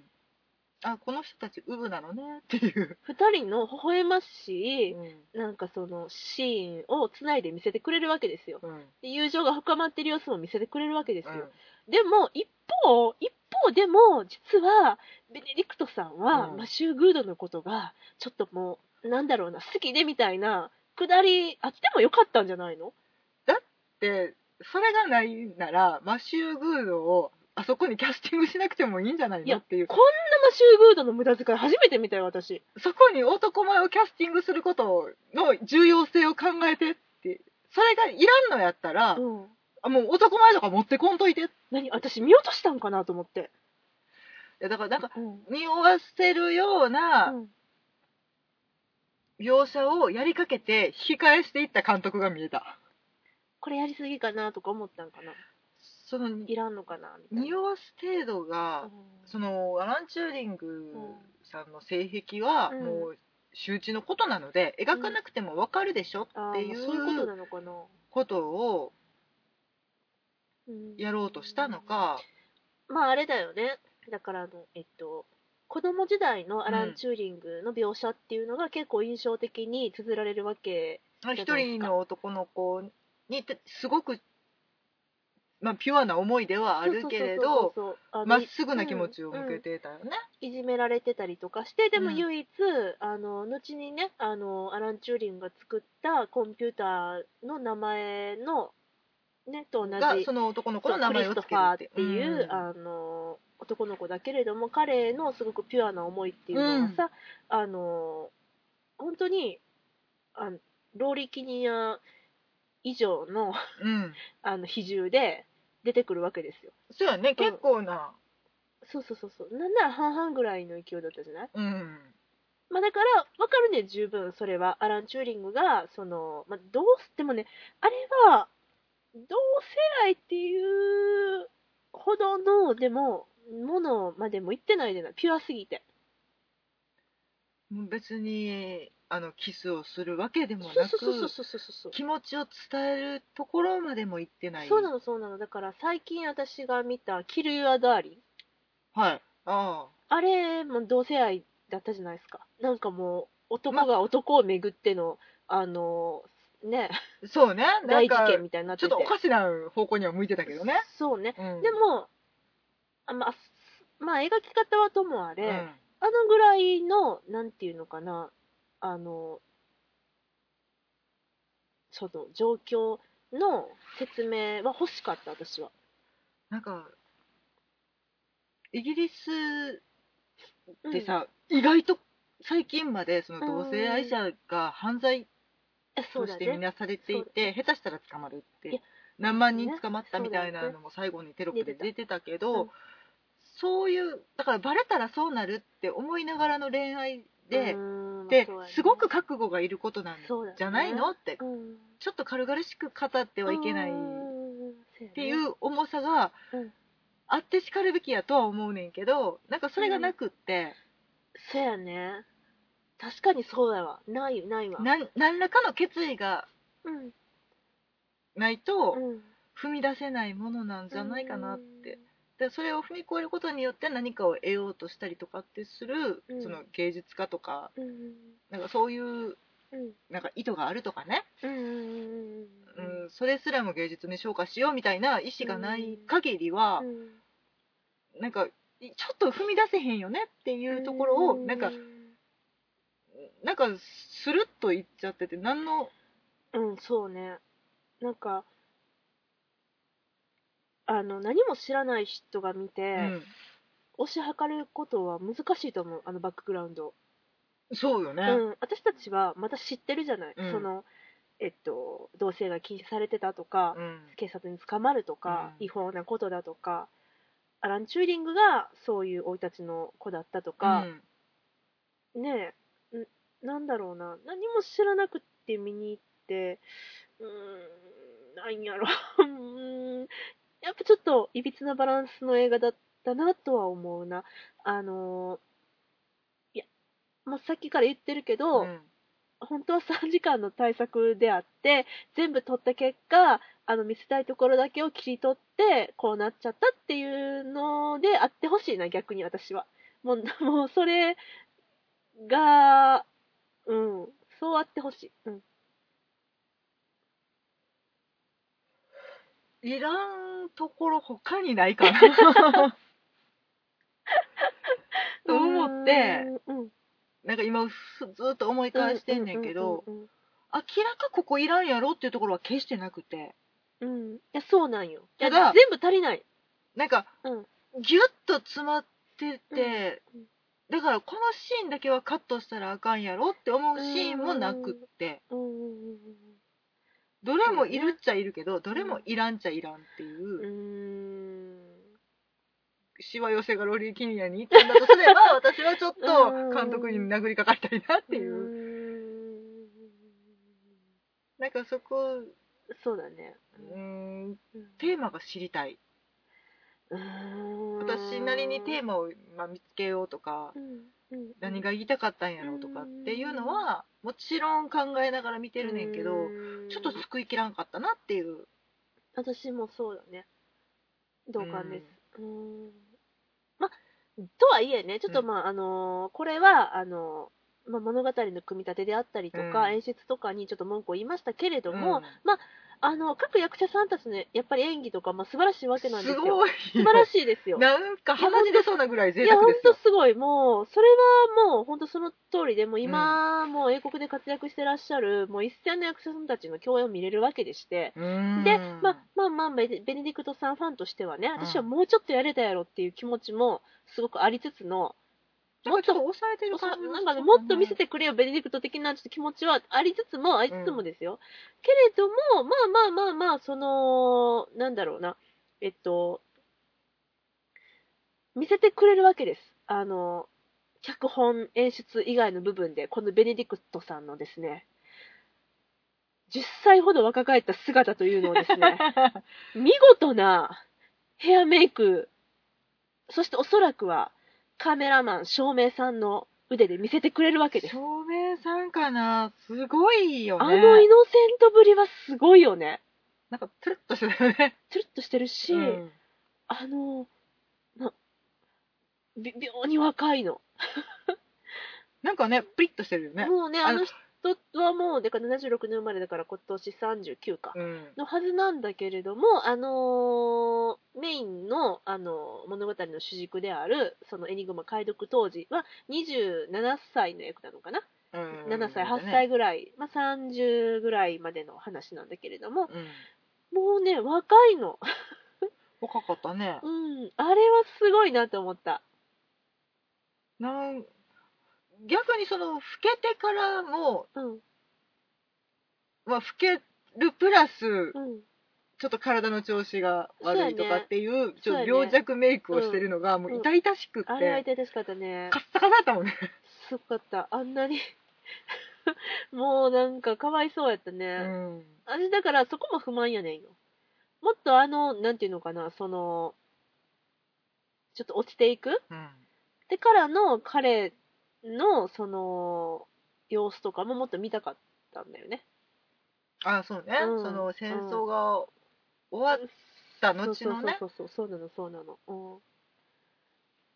B: あ、この人たちウブなのねっていう。
A: 二人の微笑ましい、
B: うん
A: なんかそのシーンをつないで見せてくれるわけですよ。
B: うん。
A: で友情が深まってる様子も見せてくれるわけですよ。
B: うん
A: でも、一方、一方でも、実は、ベネディクトさんは、
B: うん
A: マシュー・グードのことが、ちょっともう、なんだろうな、好きでみたいな、くだり、あってもよかったんじゃないの
B: で、それがないなら、マシュー・グードをあそこにキャスティングしなくてもいいんじゃない
A: いや
B: のっていう。
A: こんなマシュー・グードの無駄遣い初めて見たよ、私。
B: そこに男前をキャスティングすることの重要性を考えてって、それがいらんのやったら、
A: うん。
B: あもう男前とか持ってこんといて。い
A: 何私見落としたんかなと思って。
B: やだからなんか、
A: うん。
B: 匂わせるような
A: うん
B: 描写をやりかけて引き返していった監督が見えた。
A: これやりすぎかなとか思ったんかな。
B: その、
A: いらんのかなみたいな。
B: 匂わす程度
A: う
B: が
A: ん、
B: その、アラン・チューリングさんの性癖は、
A: うん
B: もう、周知のことなので、描かなくてもわかるでしょ
A: あー
B: ってい
A: そういうこと
B: う
A: なのかな。
B: ことを
A: うん
B: やろうとしたのか、
A: まああれだよね。だからあの、えっと、子供時代のアラン・チューリングの描写っていうのが結構印象的に綴られるわけ。
B: まあ
A: じゃ
B: 一
A: ないですか
B: 人の男の子にてすごく、まあ、ピュアな思いではあるけれ
A: そう
B: ど
A: そうそうそう、あの
B: まっすぐな気持ちを向けてたよね。
A: いじめられてたりとかして、でも
B: うん
A: 唯一、あの、後にね、あの、アラン・チューリングが作ったコンピューターの名前の、ね、と同じ。
B: がその男の子の名前を
A: そう
B: つ
A: クリスト
B: ける
A: ファーっ
B: って
A: ていう、
B: うん
A: あの男の子だけれども彼のすごくピュアな思いっていうのがさ、あの本当にあのローリキニア以上の
B: うん、
A: あの比重で出てくるわけですよ
B: そうやね結構な、
A: そうそうそうそうなんなら半々ぐらいの勢いだったじゃない
B: うん
A: まあだから分かるね十分それはアラン・チューリングがその、まあ、どうすってもねあれは同世代っていうほどの、でも、ものまでも行ってないじゃない。ピュアすぎて。
B: もう別にあのキスをするわけでも
A: そう
B: なく
A: そうそうそうそうそう。
B: 気持ちを伝えるところまでも行ってない
A: そうなのそうなの。だから最近私が見た、キル・ユア・ダーリン。
B: はいああ
A: あれも同性愛だったじゃないですか。なんかもう、男が男を巡っての、あの、ね、
B: そうねな
A: 大
B: ん
A: 事
B: か
A: 件みたいになっ
B: ちょ
A: て。
B: ってとおかしな方向には向いてたけどね、
A: そうね。
B: うん、
A: でも、あまあ、すまあ、描き方はともあ
B: う
A: れ、
B: ん、
A: あのぐらいの、なんていうのかな、あの、その状況の説明は欲しかった、私は。
B: なんかイギリス
A: うん
B: って、さ、意外と最近までその同性愛者が犯罪
A: えそ
B: と
A: うだ
B: し
A: ね
B: て見なされていて、下手したら捕まるっ
A: いや
B: て何万人
A: そうだね
B: 捕まったみたいなのも最後にテロップ
A: 出
B: で
A: てた
B: 出てたけ
A: う
B: ど
A: ん
B: そういうだからバレたらそうなるって思いながらの恋愛で
A: う、ーん
B: で
A: そうだね
B: すごく覚悟がいることなん
A: そうだね
B: じゃないのって
A: うん
B: ちょっと軽々しく語ってはいけないっ
A: うーんそうやね
B: ていう重さが
A: うん
B: あってしかるべきやとは思うねんけどなんかそれがなくって、
A: そうやね確かにそうだわないないわ
B: なん何らかの決意が
A: うん
B: ないと
A: うん
B: 踏み出せないものなんじゃないかなって。でそれを踏み越えることによって何かを得ようとしたりとかってする、
A: うん
B: その芸術家とか
A: うん
B: なんかそういう
A: うん
B: なんか意図があるとかね、
A: うんうん
B: う
A: うん
B: ん、それすらも芸術に昇華しようみたいな意思がない限りは、
A: うん
B: なんかいちょっと踏み出せへんよねっていうところをなんかなんかスルッと言っちゃってて何の
A: うんそうねなんかあの何も知らない人が見
B: う
A: て、
B: ん
A: 推し量ることは難しいと思うあのバックグラウンド
B: そうよね、
A: うん、私たちはまた知ってるじゃない、
B: うん
A: そのえっと同性が禁止されてたとか、
B: うん
A: 警察に捕まるとか、
B: うん
A: 違法なことだとかアラン・チューリングがそういう生い立ちの子だったとか
B: う、ん
A: ねえんなんだろうな何も知らなくって見に行ってうーんなんやろ うーんやっぱちょっといびつなバランスの映画だったなとは思うなあのいや、まあ、さっきから言ってるけど、
B: うん
A: 本当は3時間の対策であって全部取った結果あの見せたいところだけを切り取ってこうなっちゃったっていうのであってほしいな逆に私はもう もうそれがうんそうあってほしい、うん、
B: いらんところ他にないか なと思って
A: うんうん
B: なんか今ふずっと思い返してんねんけど
A: うんうん
B: 明らかここいらんやろっていうところは決してなくて
A: うんうん、うんいやそうなんよいや
B: ただ
A: 全部足りない
B: なんか
A: うん
B: ギュッと詰まってて、
A: うんうん
B: だからこのシーンだけはカットしたらあかんやろって思うシーンもなくって
A: うんうんうん
B: どれもいるっちゃいるけどどれもいらんちゃいらんっていううんしわ寄せがロリー・キニアに行ったんだと すれば私はちょっと監督に殴りかかりたいなっていう、
A: うん
B: なんかそこ
A: そうだね
B: うーん
A: うん
B: テーマが知りたいう
A: ーん
B: 私なりにテーマを、まあ、見つけようとか
A: うんうん
B: 何が言いたかったんやろうとかっていうのはもちろん考えながら見てるねんけど、
A: うーん
B: ちょっと救いきらんかったなっていう。
A: 私もそうだね同感ですうーんまとはいえねちょっと
B: うん
A: まあ、あのーこれはあのーまあ、物語の組み立てであったりとか、
B: うん
A: 演出とかにちょっと文句を言いましたけれど
B: うん
A: も、あの各役者さんたちのやっぱり演技とか、まあ、素晴らしいわけなんです
B: す
A: よ
B: ごい。
A: 素晴らしいですよ
B: なんか鼻血出そうなぐらい
A: い
B: 贅
A: や、
B: 沢
A: ほ
B: で
A: ん
B: すよ
A: と。すごい。もう、それはもう、ほんとその通りで、もう今、もう英国で活躍してらっしゃる、もう一線の役者さんたちの共演を見れるわけでして、
B: うーん
A: で、まあ、まあまあ、ベネベネディクトさんファンとしてはね、私はもうちょっとやれたやろっていう気持ちもすごくありつつの、
B: もうちょっと抑えてる
A: おさ
B: 感じ
A: なんかね、もっと見せてくれよ、ベネディクト的なちょっと気持ちはありつつも、ありつつもですよ。けれども、まあまあまあまあ、その、なんだろうな、えっと、見せてくれるわけです。あの、脚本、演出以外の部分で、このベネディクトさんのですね、 10歳ほど若返った姿というのをです ね、見事なヘアメイク、そしておそらくはカメラマン、照明さんの腕で見せてくれるわけです。
B: 照明さんかなすごいよね。
A: あのイノセントぶりはすごいよね。
B: なんか、プルッとしてたよね。
A: つるっとしてるし、
B: うん
A: あの、な、微妙に若いの。
B: なんかね、プリッとしてるよね。
A: もうね、
B: あ
A: あ
B: の
A: の人はもう、だから76年生まれだから今年39か。
B: うん。
A: のはずなんだけれども、あのーメインの、あのー物語の主軸である、そのエニグマ解読当時は27歳の役なのかな、
B: うん、
A: ?7 歳、
B: そうだ
A: 8
B: ね
A: 歳。ぐらい、まあ、30ぐらいまでの話なんだけれども、
B: うん。
A: もうね、若いの。
B: 若かったね。
A: うん、あれはすごいなと思った。
B: なん逆にその、老けてからも、
A: うん、
B: まあ、老けるプラス、
A: うん。
B: ちょっと体の調子が悪いとかっていう、ち
A: そう
B: ょ
A: や
B: っ
A: ね
B: と病弱メイクをしてるのが、もう痛々しくって、
A: あれは痛々しかったね
B: カ。ッサカサだったもんね。
A: すごかった。あんなに。 もうなんかかわいそうやったね。
B: うん。
A: 私だからそこも不満やねんよ。もっとあの、なんていうのかな、その、ちょっと落ちていく
B: うん。
A: でからの彼の、その、様子とかももっと見たかったんだよね。
B: あ、そうね。
A: うん
B: その、戦争が終わった後のね、
A: そうそうそうそう、そうなの、そうなの。うん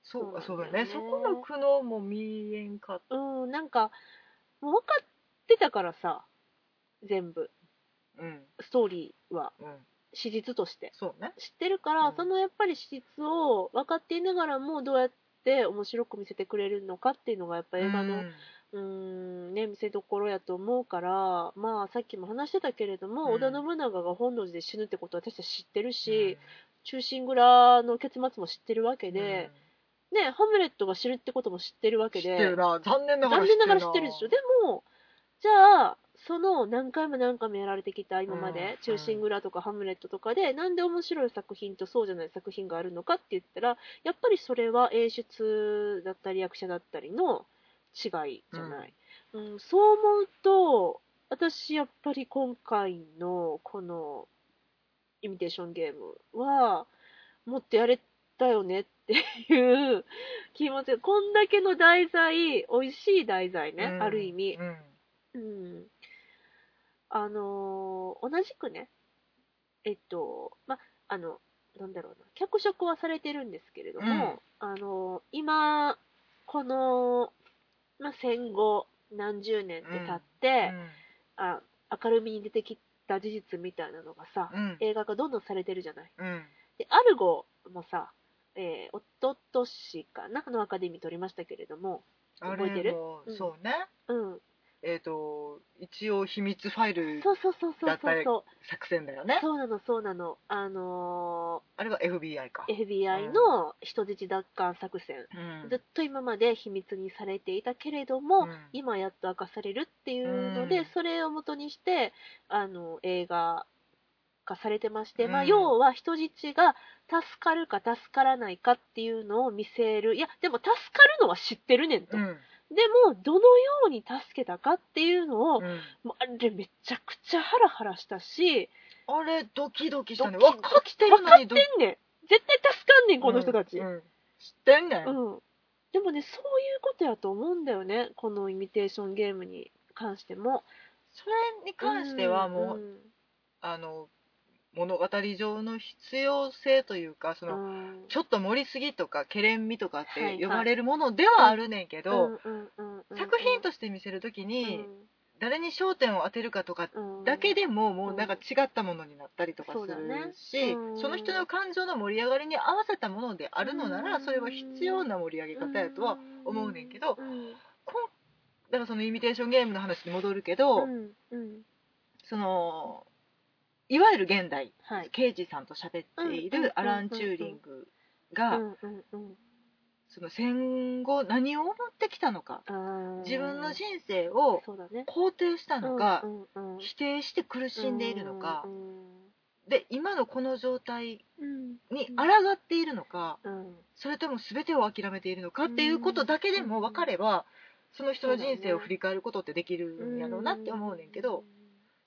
B: そうか、
A: そ
B: そうう
A: な
B: だ
A: んだよね
B: ね。そこの苦悩も見えんかっ
A: うん、なんか、もう分かってたからさ、全部、
B: た。うん。
A: ストーリーは、
B: うん。
A: 史実として。
B: そうね。
A: 知ってるから、
B: うん
A: そのやっぱり史実を分かっていながらもどうやって面白く見せてくれるのかっていうのがやっぱ映画の、
B: うん
A: うーんね、見せどころやと思うから、まあ、さっきも話してたけれども、
B: うん
A: 織田信長が本能寺で死ぬってことは私たち知ってるし、忠臣蔵の結末も知ってるわけ
B: うん
A: で、、ね、ハムレットが死ぬってことも知ってるわ
B: うん
A: け
B: 知って
A: で
B: る、な。残念ながら
A: 残念ながら知ってるでしょ。でも、じゃあ、その何回も何回もやられてきた今ま
B: うん
A: で、忠臣蔵とかハムレットとかで、なんで面白い作品とそうじゃない作品があるのかって言ったら、やっぱりそれは演出だったり役者だったりの違いじゃない。うんそう思うと、私やっぱり今回のこのイミテーションゲームは、もっとやれたよねっていう気持ちが、こんだけの題材、美味しい題材ね、
B: うん
A: ある意味、
B: うん
A: うんあのー同じくね、えっと、ま、あの、なんだろうな、脚色はされてるんですけれども、あのー今、この、ま、戦後何十年って経って、あ、明るみに出てきた事実みたいなのがさ、
B: うん。
A: 映画がどんどんされてるじゃない。
B: うん。
A: で、アルゴもさ、えー、おととしかな、あのアカデミー取りましたけれども、
B: あ
A: 覚えてる
B: れも
A: うん
B: そうね。
A: うん、
B: えっと、一応秘密ファイル
A: そうそうそうそうそうそう。
B: 作戦だよね。
A: そうなの、そうなの。あの
B: あれは FBI か。
A: ー FBI の人質奪還作戦。
B: うん
A: ずっと今まで秘密にされていたけれども、
B: うん
A: 今やっと明かされるっていうので、
B: うん
A: それを元にして、あの、映画化されてまして、まあ、
B: うん
A: 要は人質が助かるか助からないかっていうのを見せる。いや、でも助かるのは知ってるねんと。
B: うん
A: でも、どのように助けたかっていうのを、
B: うん
A: もうあれめちゃくちゃハラハラしたし、
B: あれ、ドキドキしたね。
A: ドキ
B: わ
A: ドキ
B: かってる
A: 分
B: の
A: かっ
B: に
A: てん
B: ドキ、
A: ねん絶対助かんねんこの人たち
B: う
A: うん、
B: んうん知ってんねん。
A: でもねそういうことやと思うんだよねこのイミテーションゲームに関しても
B: それに関してはもう、
A: ん
B: あの、物語上の必要性というか、その、
A: うん
B: ちょっと盛りすぎとか、けれんみとかっ
A: はいは
B: て
A: い
B: 呼ばれるものではあるねんけ
A: う
B: ど、
A: んうんうんうん
B: 作品として見せるときに、誰に焦点を当てるかとか
A: うんうん
B: だけでも、も
A: う
B: うんなんか違ったものになったりとか
A: そう
B: す
A: だね
B: るし、
A: うん
B: その人の感情の盛り上がりに合わせたものであるのな
A: う
B: ら、
A: ん
B: それは必要な盛り上げ方やとは、思うねんけど
A: うん
B: こんだからそのイミテーションゲームの話に戻るけど、
A: うんうん
B: そのいわゆる現代、
A: はい
B: 刑事さんと喋ってい
A: うんうんうんうん
B: るアラン・チューリングが、
A: うんうんうん
B: その戦後何を持ってきたのか
A: あー
B: 自分の人生を
A: そうだね
B: 肯定したのか、
A: うんうんうん
B: 否定して苦しんでいるのか
A: う、ん
B: で今のこの状態
A: うん
B: に抗っているのか、
A: うん
B: それとも全てを諦めているのかっていうことだけでも分かれば、その人の人生を振り返ることってできるんやろうなって思うねんけど、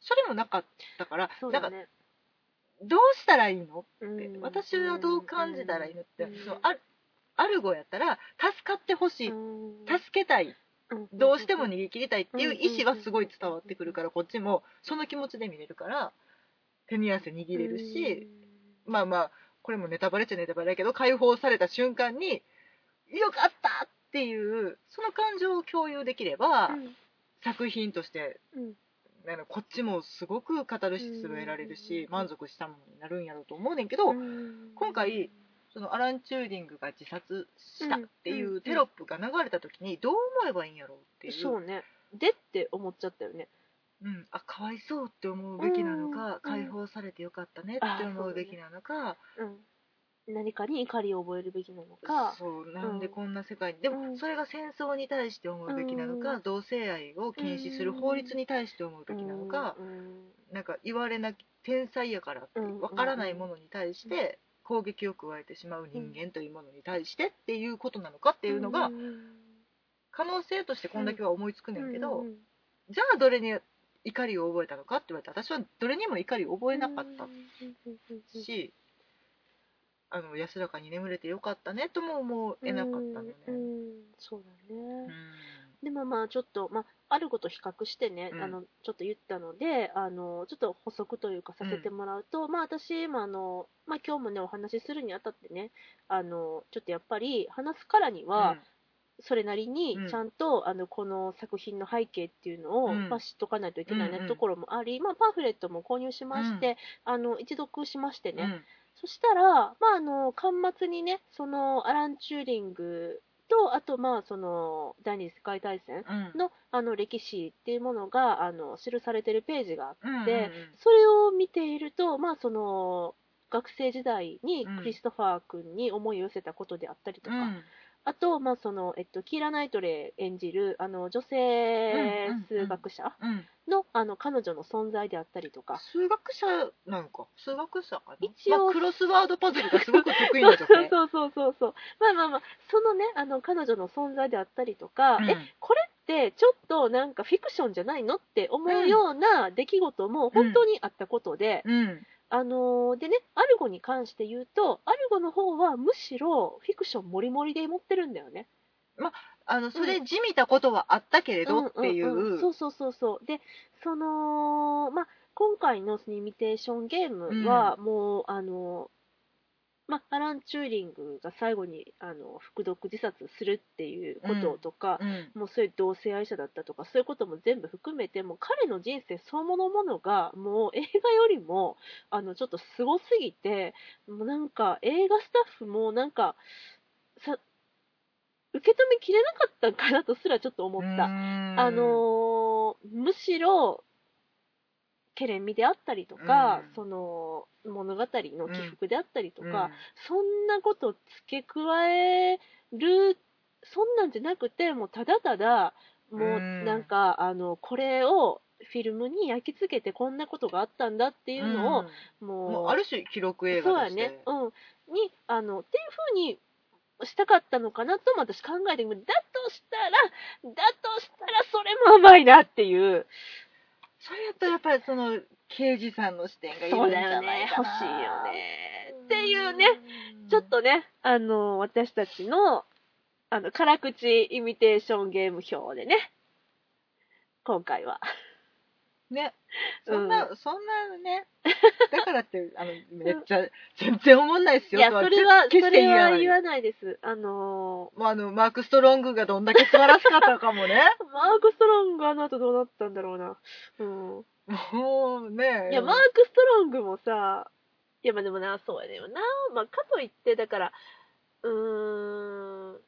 B: それもなかったから、
A: そう
B: な
A: だ
B: んか
A: ね。
B: どうしたらいいのって、
A: うん
B: 私はどう感じたらいいのって、
A: うん
B: そのあるアルゴやったら助かってほしい、
A: うん
B: 助けたい
A: うん
B: どうしても逃げ切りたいっていう意思はすごい伝わってくるかららこっちもその気持ちで見れるから手に汗握れるし、まあまあこれもネタバレっちゃネタバレやけど解放された瞬間に「よかった!」っていうその感情を共有できれば、作品として
A: うん
B: あのこっちもすごくカタルシスを得られるし、
A: うん
B: 満足したものになるんやろうと思うねんけど、今回そのアラン・チューリングが自殺したってい
A: んう
B: うんテロップが流れた時にどう思えばいいんやろうっていう
A: そうねでって思っちゃったよね
B: うん、あかわいそうって思うべきなの
A: うんう
B: か、
A: ん
B: 解放されてよかったねって思うべきなのか
A: うん何かに怒りを覚えるべきなのか
B: そう,、なんでこんな世界にで
A: うん
B: もそれが戦争に対して思うべきなのか、
A: うん
B: 同性愛を禁止する法律に対して思うべきなのか、
A: うん
B: なんか言われなき天才やからって
A: うん
B: わからないものに対して攻撃を加えてしまう人間というものに対してっていうことなのかっていうのが
A: ん
B: 可能性としてこんだけは思いつくねんけど、
A: うんうん
B: じゃあどれに怒りを覚えたのかって言われて私はどれにも怒りを覚えなかったし、あの安らかに眠れてよかったねとも思えなかったのね。
A: うんうんそうだね
B: うん
A: でもまあちょっと、まあ、あること比較してね、
B: うん
A: あのちょっと言ったのであのちょっと補足というかさせてもらうと、まあ私今あの、まあ、今日もねお話しするにあたってねあのちょっとやっぱり話すからには、それなりに
B: うん
A: ちゃんと、あのこの作品の背景っていうのを、
B: うん
A: まあ、知っとかないといけないな
B: うん
A: っ
B: うん
A: てところもあり、まあ、パンフレットも購入しまして、あの一読しましてね、そしたら、まあ、あの、巻末にね、その、アラン・チューリングと、あと、まあ、その、第二次世界大戦
B: うんうん
A: の、あの、歴史っていうものが、あの、記されてるページがあって、
B: うん
A: でそれを見ていると、まあ、その、学生時代に
B: うん
A: クリストファー君に思いを寄せたことであったりと
B: う
A: か、
B: ん
A: あと、まあ、その、えっと、キーラ・ナイトレイ演じる、あの、女性
B: うんうんうん
A: 数学者
B: うんうん
A: の、あの、彼女の存在であったりとか、
B: 数学者なのか数学者かな
A: 一応
B: まあ、クロスワードパズルがすごく得意な女 性
A: そうそうそうそう。まあまあまあ、そのね、あの、彼女の存在であったりとか、
B: うん
A: え、これってちょっとなんかフィクションじゃないのって思うような出来事も本当にあったことで、
B: うん
A: あのーでね、アルゴに関して言うと、アルゴの方はむしろフィクションもりもりで持ってるんだよね。
B: あのそれじみたことはあったけれどってい
A: んんんそう
B: う
A: そうそうそう。で、その、まあ、今回のそのイミテーションゲームは、もう、あの、まあ、アラン・チューリングが最後に、あの、服毒自殺するっていうこととか、
B: うん
A: もうそういう同性愛者だったとか、そういうことも全部含めて、もう彼の人生そのものものが、もう映画よりも、あの、ちょっとすごすぎて、もうなんか映画スタッフもなんか、さ、受け止めきれなかったんかなとすらちょっと思った。
B: うん
A: あのーむしろ、ケレン味であったりとか、
B: うん
A: その物語の起伏であったりとか、
B: うん
A: そんなこと付け加える、そんなんじゃなくて、もうただただ、もう
B: うん
A: なんか、あの、これをフィルムに焼き付けてこんなことがあったんだっていうのを、
B: ん
A: もう、
B: もうある種記録映
A: そう
B: 画
A: や
B: として
A: ね、うん、にあのっていう風にしたかったのかなとも私考えてみるだとしたらだとしたらそれも甘いなっていう
B: それやったらやっぱりその刑事さんの視点がいるん
A: そう
B: じ
A: だよ
B: ゃない
A: ね
B: か
A: 欲
B: な
A: しいよねっていうねちょっとねあの私たちのあの辛口イミテーションゲーム表でね今回は
B: ねそんな、
A: う
B: そん なねだからってあのめっちゃ全然思んないっす
A: い
B: よ
A: や
B: と
A: それはそ
B: 決して
A: れ
B: 言わ
A: は
B: ない
A: 言わないですあの
B: まああのマーク・ストロングがどんだけ素晴らしかったかもね
A: マーク・ストロングあの後どうなったんだろうなうん
B: もうね
A: いや、マーク・ストロングもさ、いや、まあでもな、そうやねんよな。まあ、かといって、だから、うーん、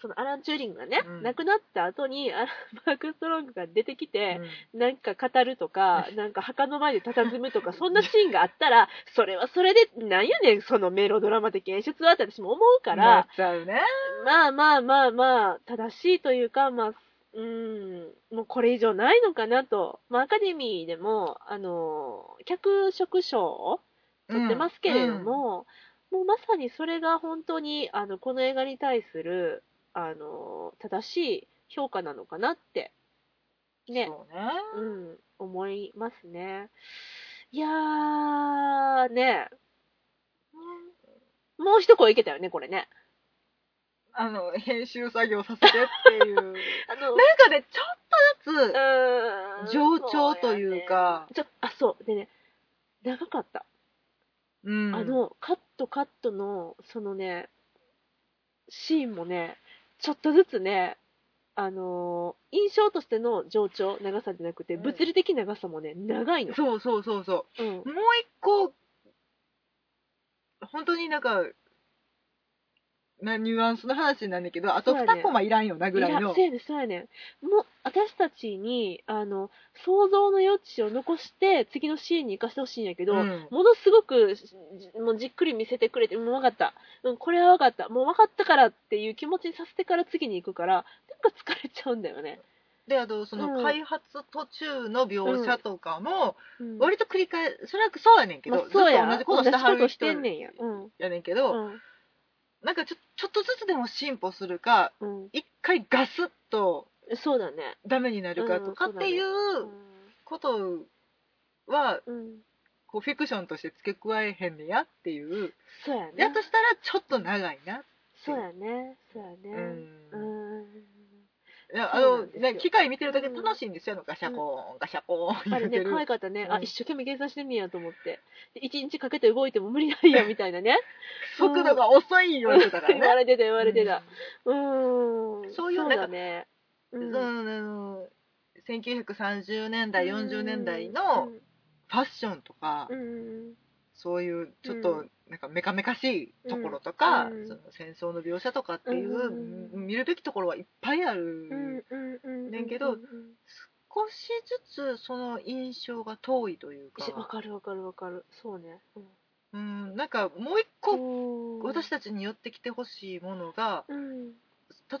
A: そのアラン・チューリングがね、
B: うん
A: 亡くなった後に、あマーク・ストロングが出てきて、
B: うん
A: なんか語るとか、なんか墓の前で佇むとか、そんなシーンがあったら、それはそれで、なんやねん、そのメロドラマ的演出はって私も思うか
B: なっ
A: ら、
B: ちゃうね
A: まあまあまあまあ、正しいというか、まあ、うーん、もうこれ以上ないのかなと。まあ、アカデミーでも、あの、脚色賞を取ってますけれども、もうまさにそれが本当に、あの、この映画に対する、あの、正しい評価なのかなってね、
B: そうね。
A: うん、思いますね。いやー、ね、もう一声いけたよね、これね。
B: あの、編集作業させてっていう。な
A: あ
B: ん
A: の、
B: かね、ちょっとず
A: う
B: つ、
A: ーん
B: 冗長というか
A: そうやねちょあ、そう。でね、長かった。
B: うん、
A: あの、カットカットの、そのね、シーンもね、ちょっとずつね、あのー印象としての冗長、長さじゃなくて、
B: うん
A: 物理的長さもね、長いの。
B: そうそうそうそう。
A: うん。
B: もう一個、本当になんか、なニュアンスの話なんだけど、あと
A: そうやね
B: 2コマいらんよなぐらい
A: や
B: の。
A: そうやねんそうやねんもう、私たちに、あの、想像の余地を残して、次のシーンに生かしてほしいんやけど、
B: うん
A: ものすごくじもうじっくり見せてくれて、もう分かった、うん、これは分かった、もう分かったからっていう気持ちにさせてから次に行くから、なんか疲れちゃうんだよね。
B: で、あと、そうの
A: ん
B: 開発途中の描写とかも、
A: うん
B: 割と繰り返それはそうやねんけど、
A: まあ、そうや
B: ずっと同じことして
A: 同
B: は
A: じこ
B: る
A: とし
B: 人
A: てんねんや。うん。
B: やねんけど、なんかちょちょっとずつでも進歩するか、
A: うん。うん
B: 一回ガスッと
A: そうだね。
B: ダメになるかとか
A: う
B: っ
A: んそうだね
B: ていうことは、
A: うん。
B: こうフィクションとして付け加えへんねやっていう。
A: そうやね。
B: やとしたらちょっと長いな。
A: そうやね。そうや
B: う
A: ね。
B: ん。
A: うん。
B: いや
A: そ
B: あ
A: うな
B: の
A: んですよ
B: ね機械見てるだけ楽しいんですよ。あのガシャコーンガシャコーン
A: やっぱ
B: 言
A: り
B: って
A: ね、
B: る
A: 可。愛かったね。
B: う
A: あ、
B: ん
A: 一生懸命計算してんねやと思って。で一日かけて動いても無理なんや、みたいなね。
B: 速度が遅いよってだから
A: 言わ
B: ね。
A: れてた、言われてた。うーん。
B: そういう
A: だね。
B: う。
A: うんん
B: その1930年代40年代のファッションとか、
A: うんうん
B: そういうちょっとなんかメカメカしいところとか、
A: うん
B: その戦争の描写とかっていう、
A: うん
B: み見るべきところはいっぱいある、
A: うんうんうんうん
B: ねんけ
A: う
B: ど
A: んうん
B: 少しずつその印象が遠いという
A: しわ
B: か、
A: かるわかるわかるそうね、うん
B: うん、なんかもう一個
A: こ
B: 私たちに寄ってきてほしいものが
A: うん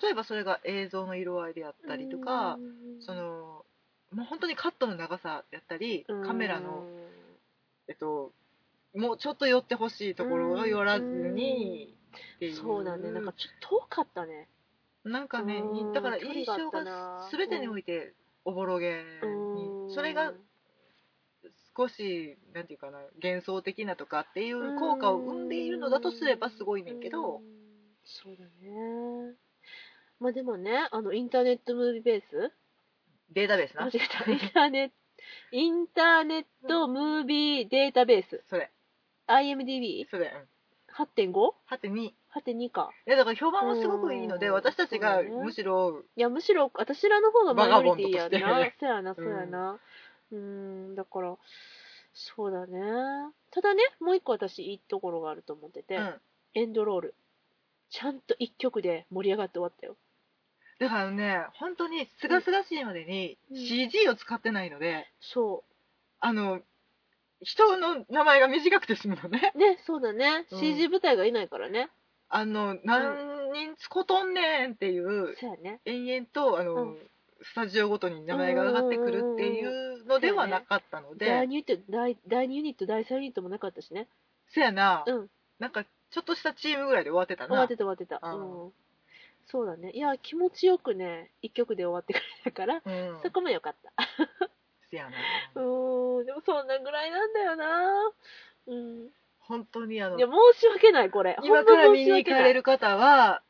B: 例えばそれが映像の色合いであったりとか、そのもう本当にカットの長さやったり、カメラの、えっと、もうちょっと寄ってほしいところを寄らずに、って
A: う
B: い
A: んそうだねなんかちょっと遠かったね
B: なんかね、
A: うん
B: いだから
A: 距離
B: 印
A: があ
B: 象
A: ったな
B: が全てにおいておぼろげ
A: うん
B: に、それが少し、なんていうかな、幻想的なとかっていう効果を生んでいるのだとすればすごいねんけ
A: う
B: ど
A: ん、そうだねまあでもねあのインターネットムービーベース
B: データベース
A: 間
B: な
A: 違。えたインターネットインターネットムービーデータベース
B: それ、
A: IMDB8.5?8.2
B: それ、8.2。
A: か
B: いや、だから評判もすごくいいので、
A: うん
B: 私たちが
A: そうだね
B: むしろ、
A: いや、むしろ私らの方がマイノリティやん
B: バガボン
A: な
B: と。
A: そうやな、そうやな。うーん、だから、そうだね。ただね、もう一個私いいところがあると思ってて、
B: うん
A: エンドロール。ちゃんと一曲で盛り上がって終わったよ。
B: だからね、本当にすがすがしいまでに
A: うん
B: CG を使ってないので、
A: そ
B: あの、人の名前が短くて済むのね。
A: う。ね、そうだね。
B: うん
A: CG 部隊がいないからね。
B: あの、何人つことんねんっていう、
A: そうやね。
B: 延々とあの、
A: うん
B: スタジオごとに名前が上がってくるっていうのではなかったの
A: 第
B: で、
A: 2ユニット、第第2ユニット、第3ユニットもなかったしね。
B: せやな、
A: うん
B: なんかちょっとしたチームぐらいで終わってた
A: 終わ
B: な
A: って。た終わってた。
B: あー
A: うん。そうだね。いや、気持ちよくね、一曲で終わってくれたから、
B: うん
A: そこもよかった。
B: せやな。
A: うーん、でもそんなぐらいなんだよな。うん。
B: 本当にあの
A: いや、、申し訳ない、これ。
B: 今か
A: ほ
B: ら
A: んま
B: 見
A: 申
B: に
A: し訳
B: 行か
A: ない
B: れる方は、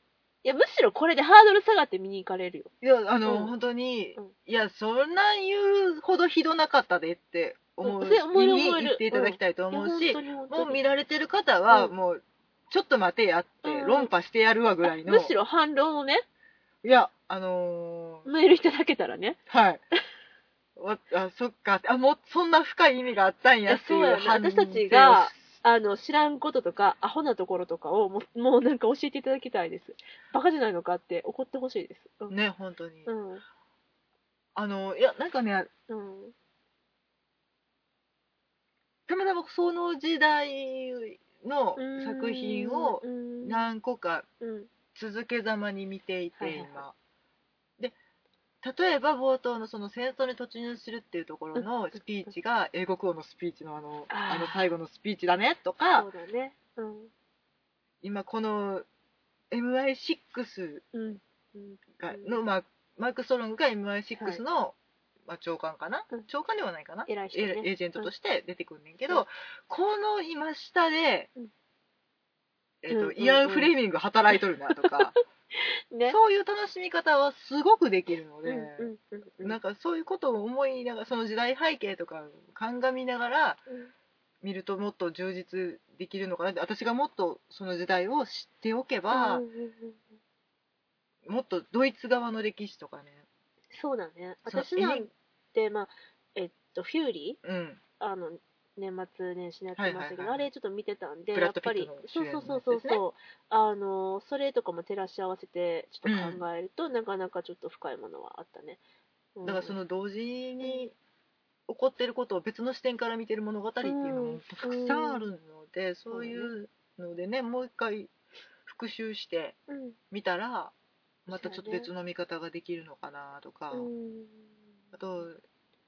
A: いや、むしろこれでハードル下がって見に行かれるよ。
B: いや、あの、
A: うん
B: 本当に、
A: うん
B: いや、そんなん言うほどひどなかったでって思う、
A: うんそれ思える
B: 見に
A: 思える
B: 行っていただきたいと思う
A: い
B: し
A: や、本当に本当
B: も
A: に
B: う見られてる方は、
A: うん
B: もう、ちょっと待てやって、
A: うん
B: 論破してやるわぐらいの。
A: むしろ反論をね、
B: いや、あのー
A: メールいただけたらね。
B: はい。わあ、そっか。あ、もう、そんな深い意味があったん
A: い
B: やってい
A: そ
B: う
A: うやね。
B: 反省を
A: 私たちが、あの、知らんこととか、アホなところとかをもう、もうなんか教えていただきたいです。バカじゃないのかって怒ってほしいです。うん。
B: ね、本当に。
A: うん。
B: あの、いや、なんかね、
A: うん。
B: たまたまその時代の作品を
A: うん、
B: 何個か
A: うん。
B: 続けざまに見ていて、
A: はいはいはい
B: 今。で、例えば冒頭のその戦争に突入するっていうところのスピーチが、英国王のスピーチのあの、
A: あー
B: あの最後のスピーチだねとか
A: そう、だね。うん。
B: 今この MI6
A: うん。うん。
B: がのマークマーク・ストロングが MI6 のまあ、長官かな、
A: うん
B: 長官ではないかな
A: 偉い人ね
B: エエージェントとして出てくんねんけ
A: うん
B: ど、この今下で、
A: うん
B: えっと
A: うんうんうん
B: イアン・フレーミング働いとるなとか、
A: ね。
B: そういう楽しみ方はすごくできるので、
A: うんうんうんうん
B: なんかそういうことを思いながらその時代背景とかを鑑みながら
A: うん
B: 見るともっと充実できるのかなって私がもっとその時代を知っておけば
A: うんう、んうん
B: もっとドイツ側の歴史とかね
A: そうだね。
B: そう
A: 私なんて、まあ、えっと、フューリー
B: うん
A: あの、年末年始のやってましたけど、
B: はいはいはいはい
A: あれちょっと見てたんで、
B: ブ
A: や
B: ラ
A: っ
B: ッド
A: ぱり
B: ピットの、主
A: そう
B: 演の
A: そ
B: や
A: う
B: つ
A: そうそう
B: ですね
A: そう、あの、それとかも照らし合わせて、ちょっと考えると、なかなかちょっと深いものはあったね。うん
B: だからその同時に起こってることを別の視点から見てる物語っていうのもたくさんあるので、そういうのでねもう一回復習して
A: うん、
B: みたらまたちょっ
A: そ
B: と
A: うやね
B: 別の見方ができるのかなとか、
A: うん
B: あと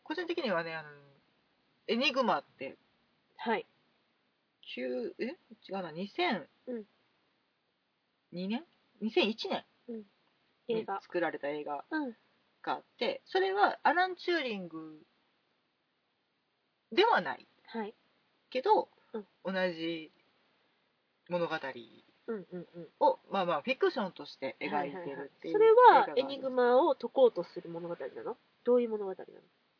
B: 個人的にはねあのエニグマって
A: はい。
B: 9え違うな2002
A: うん
B: 年、2001年
A: 映
B: に
A: 画。
B: 作られた映画
A: うん。
B: があってそれはアラン・チューリングではない
A: はい。
B: けど、
A: うん
B: 同じ物語
A: うんうんうん。
B: をまあまあフィクションとして描
A: はいい
B: て
A: はいはい
B: るっていう
A: それは、エニグ
B: マ
A: マを解こうとする物語なのどういう物語なの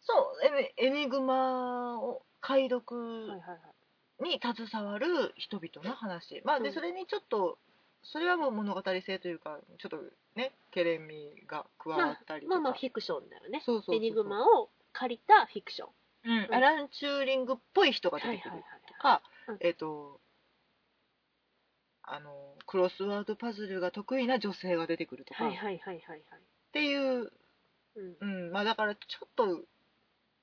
B: そうエニエニグマを解読
A: はいはいはい。
B: に携わる人々の話、まあ、
A: う
B: で
A: ん
B: それにちょっとそれはもう物語性というかちょっとねけれみが加わったり と
A: ま
B: か、
A: あまあ、フィクションだよね。
B: そうそうそうそう
A: エニグマを借りたフィクション。
B: うん
A: うん
B: アラン・チューリングっぽい人が
A: は
B: 出
A: い
B: て
A: は
B: く
A: いは
B: る
A: い。
B: とか、
A: うん
B: えっ、とあのクロスワードパズルが得意な女性が出てくるとか、
A: はい
B: っ
A: はいはいはいはい。
B: ていう、
A: うん
B: うんまあ、だからちょっと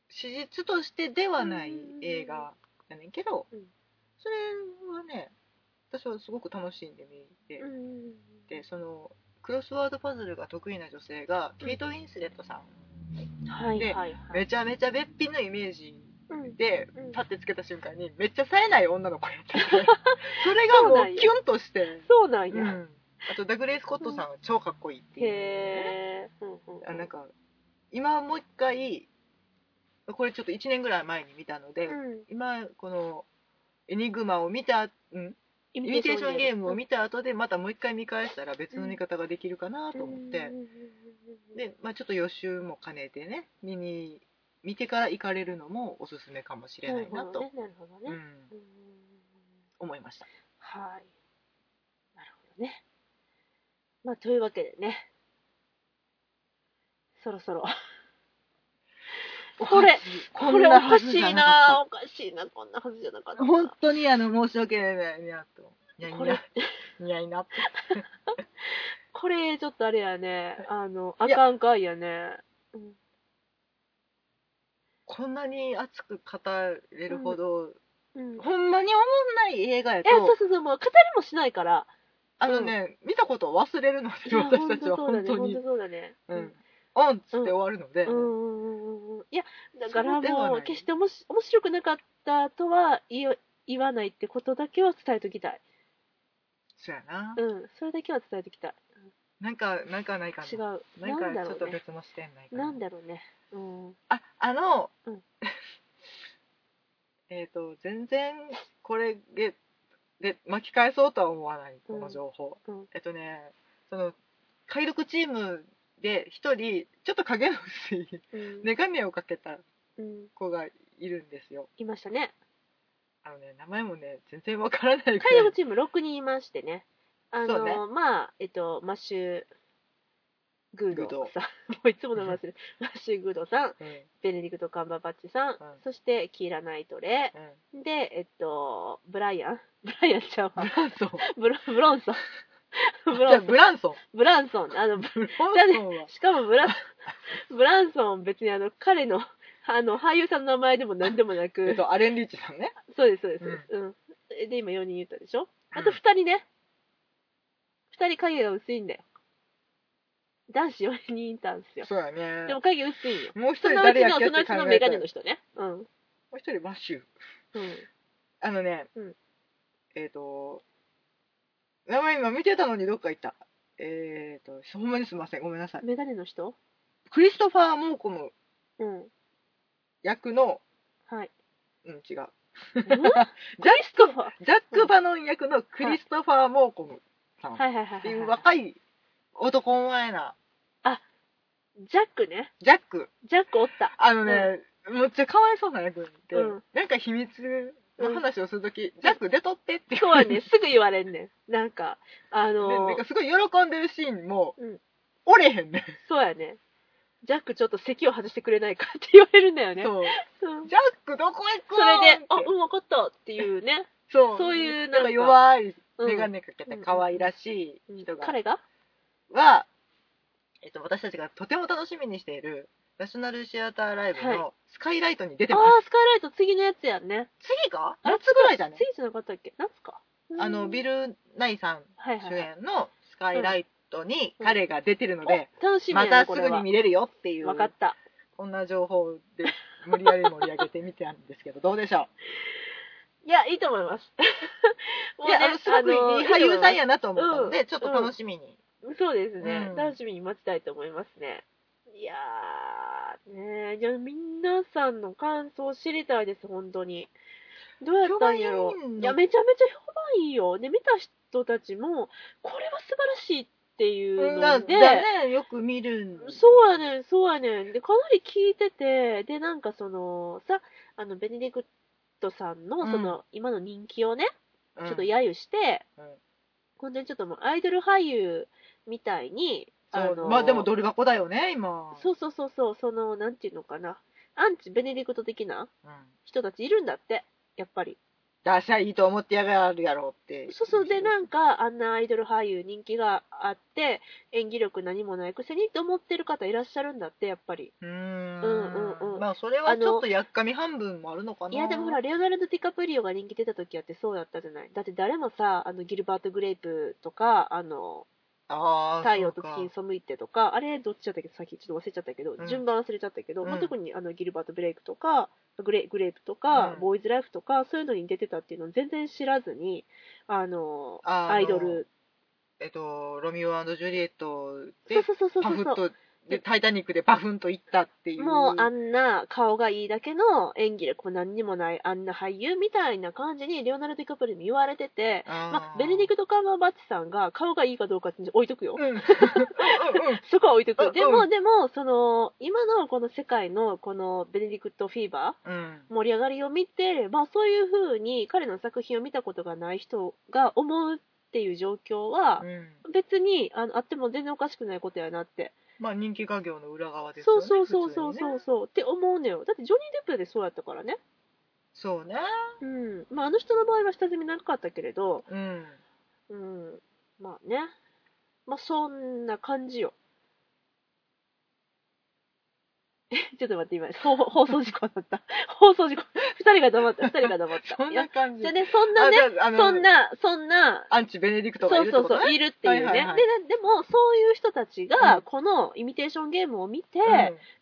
B: 史実としてではない
A: うん
B: 映画やねんけど、
A: うん
B: それはね私はすごく楽しんで見て、
A: うん
B: でそのクロスワードパズルが得意な女性が
A: うん
B: ケイト・ウィンスレットさ
A: はいはいはい。
B: んめちゃめちゃべっぴんのイメージ
A: うん
B: で
A: うん
B: パッてつけた瞬間にめっちゃ冴えない女の子 やったっていうそれがもうキュンとして
A: そうなん
B: う
A: や。
B: んあとダグレイ・スコットさんが超かっこいいっていう
A: へぇー。うんうんうん
B: あなんか今もう一回これちょっと1年ぐらい前に見たので、
A: うん
B: 今このエニグマを見た、うん、
A: イ
B: イミテーションゲームを
A: 見
B: 見た後でまたもう一回見返したら別の見方ができるかなと思って、。
A: うんうんうんうん
B: で、まあ、ちょっと予習も兼ねてね見に見てから行かれるのもおすすめかもしれないなと、
A: るほどねなるほど
B: う
A: ね。
B: ん、
A: うん
B: 思いました
A: はい。なるほどね。まあ、というわけでね。そろそろ。これ
B: こ
A: こ
B: ん
A: れ
B: な
A: お
B: は
A: か
B: ず
A: し
B: じゃ
A: い
B: なか
A: なおかしいな、こんなはずじゃなかっ
B: った
A: た。
B: 本当にあの申し訳ないなといやい
A: これ
B: やいやいなって
A: これ、ちょっとあれやね。あの、あ
B: いや
A: かんかいやね。うん
B: こんなに熱く語れるほど、
A: うん
B: ほんまに思んない映画やと
A: え、そうそうそう、もう語りもしないから。
B: あのね、見たことを忘れるの
A: い
B: で
A: や
B: 私たちは本当
A: 本
B: に
A: 当そうだね。
B: う
A: 本
B: んオンっつって終わるので、
A: 当そうだね。うんうんうんうんうん。いや、だから
B: そうでは
A: も
B: な
A: う、
B: い
A: 決しておもし面白くなかったとは言い言わないってことだけは伝えときたい。
B: そうやな、
A: うん、それだけは伝えときたい。
B: なんかなんかないか
A: 違う
B: な。なん
A: なんだろ
B: かちょっ
A: う
B: と
A: ね。
B: 別の視点ないかな
A: なんだろうね。うん。
B: あ、あの、
A: うん
B: えっと、全然これでで巻き返そうとは思わない、この情報。
A: うんうん
B: えっとね、その、解読チームで一人、ちょっと影の薄い、
A: うん。
B: 眼鏡をかけた
A: うん。
B: 子がいるんですよ。
A: いましたね。
B: あのね、名前もね、全然わからない
A: 海
B: ら
A: 賊
B: い。
A: チーム6人いましてね。あ
B: そうね
A: の、まあ、えっと、マッシュ・グードーさん。 もういつも名前忘れる。マッシュ・グードーさん、
B: うん、
A: ベネディクト・カンバーバッチさん、
B: ん
A: そしてキーラ・ナイトレ
B: うん。
A: ー、で、えっと、ブライアン、 ブライアンちゃう
B: ブ
A: わ、
B: ランソン。
A: ブロブロンソン、ブ
B: じ
A: ロ
B: ゃあ
A: ンソン、
B: ブランソン。
A: ブランソン、あの、ブ
B: ブランソンは。
A: しかもブラン、 ブランソン、別にあの、彼の、あの、俳優さんの名前でも何でもな
B: え
A: く
B: っ、と、アレン・リーチさんね。
A: そうです、そうです、そうですうん。で、今4人言ったでしょあと
B: うん
A: 2人ね。2人影が薄いんだよ。男子4人いたんですよ。
B: そうやね。
A: でも影薄いんよ。
B: もう一
A: そ
B: 人
A: のう
B: 誰
A: ち
B: や
A: の、
B: っけ
A: そ
B: っ
A: の
B: て
A: うち
B: 考
A: の
B: え
A: メ
B: た
A: ガ
B: ら
A: ネの
B: も
A: 人ね。うん。
B: う一人マッシュ。
A: うん。
B: あのね、
A: うん
B: えっ、と、名前今見てたのにどっか行った。えっ、と、ほんまにすいません。ごめんなさい。
A: メガネの人
B: クリストファー・モーコム
A: うん。
B: 役の、
A: はい。
B: うん、違う。ジャ
A: ジャ
B: ス
A: ト
B: ト、
A: は
B: ジャック・バノン役のクリストファー・モーコムさんっ
A: いはいはい。
B: ていう若い男前な、
A: ジャックね。
B: ジャック。
A: ジャックおった。
B: あのね、むっちゃかわいそうな役にいて、
A: うん
B: なんか秘密の話をするとき、ジャック出とってって
A: 今日は ね、すぐ言われんねん。なんか、あ
B: で
A: のー
B: なんかすごい喜んでるシーンも、
A: うん
B: 折れへんね
A: そうやね。ジャックちょっと席を外してくれないかって言われるんだよね。
B: そう
A: うん
B: ジャックどこ行く
A: そ
B: の
A: れで、あ、
B: って
A: うん、わかったっていうね。
B: そう
A: そういうな
B: なんん
A: か
B: か弱い
A: うん
B: 眼鏡かけた可愛らしい人が、
A: 彼が
B: は、えっと、私たちがとても楽しみにしているナショナルシアターライブ
A: は
B: のスカイライトに出て
A: あ
B: ます、
A: あー、スカイライト次のやつやんね。
B: 次か夏ぐらいじゃね
A: 次じゃなかったっけ夏か。
B: あのビ
A: ル
B: ル・ナイさん
A: はいはい
B: 主
A: はい
B: 演のスカイライトに
A: うん
B: 彼が出てるので、
A: お楽しみや
B: ま
A: ね
B: たす
A: こ
B: ぐ
A: れは
B: に見れるよっていう
A: わかった。
B: こんな情報で無理やり盛り上げてみてたんですけどどうでしょう
A: いや、いいと思います。 もう
B: い
A: ね
B: や、あの、すごくいい
A: あの
B: 俳優さん
A: いい
B: やなと思ったので、
A: うん
B: ちょっと楽しみに。
A: と思いますそうですね、
B: うん
A: 楽しみに待ちたいと思いますね。いやー、ねーじゃあ、皆さんの感想を知りたいです、本当に。どうやったんやろ
B: 評判いいん
A: い
B: だ
A: や、めちゃめちゃ評判いいよ。で、見た人たちも、これは素晴らしいっていう
B: だ
A: ので、
B: だね、よく見る。
A: そうやねん、そうやねん。で、かなり聞いてて、で、なんかその、さ、あの、ベネディクトさんの、その、今の人気をね、
B: うん、
A: ちょっと揶揄して、
B: うん
A: ほんでちょっともうアイドル俳優みたいに、
B: そう
A: の
B: まあでもドル箱だよね、今。
A: そうそうそうそう、その、なんていうのかな、アンチ・ベネディクト的な
B: うん。
A: 人たちいるんだって、やっぱり。
B: 出しゃいいと思ってやがるやろうって。
A: そうそう、で、なんか、あんなアイドル俳優人気があって、演技力何もないくせにって思ってる方いらっしゃるんだって、やっぱり。
B: うー
A: うんうんうん
B: ん。まあそれはちょっとやっかみ半分もあるのかな。
A: いやでもほら、レオナルド・ディカプリオが人気出た時やってそうだったじゃないだって誰もさあのギルバート・グレープとかあの
B: あー
A: 太陽と月に
B: そうか
A: 背いてとかあれどっちだったっけさっきちょっと忘れちゃったけど、
B: うん
A: 順番忘れちゃったけど、まあ、
B: うん
A: 特にあのギルバート・ブレイクとかグレグレープとか、
B: うん
A: ボーイズ・ライフとかそういうのに出てたっていうのを全然知らずにあの
B: あの
A: アイドル
B: えっと、ロミオジュリエット
A: そう
B: で、
A: そうそうそう
B: パフ
A: そ
B: ッ
A: う
B: と、で、タイタニックでパフンと行ったっていう。
A: もうあんな顔がいいだけの演技力も何にもないあんな俳優みたいな感じにレオナルド・ディカプリオに言われてて、ま
B: あ
A: あ、
B: ー
A: ベネディクト・カーバーバッチさんが顔がいいかどうかって置いとくよ
B: う。ん。うんうんうん。
A: そこは置いと
B: う
A: く。
B: ん
A: でも、
B: う
A: でも、その、今のこの世界のこのベネディクト・フィーバ
B: うん。
A: ー、盛り上がりを見てれば、そういう風に彼の作品を見たことがない人が思うっていう状況は、
B: うん
A: 別にあのあっても全然おかしくないことやなって。
B: まあ人気家業の裏側ですよ
A: そう
B: ね。
A: そうそうそう
B: 普通
A: そ
B: にね
A: う。そう、って思うのよ。だってジョニー・デップでそうやったからね。
B: そうね。
A: うん。まあ、あの人の場合は下積み長かったけれど、
B: うん。
A: うん。まあね。まあそんな感じよ。えちょっと待って、今、そう放送事故だった。放送事故。二人が黙った、二人が黙った。
B: そんない感
A: や
B: じ。
A: じゃあね、そんなね、
B: あじゃああの
A: そんな、そんな、
B: アンチベネディクトが
A: そ
B: いうるって
A: そう
B: ことね。
A: そう、いるっていうね。
B: はいはいはい
A: で、でも、そういう人たちが、
B: うん
A: このイミテーションゲームを見て、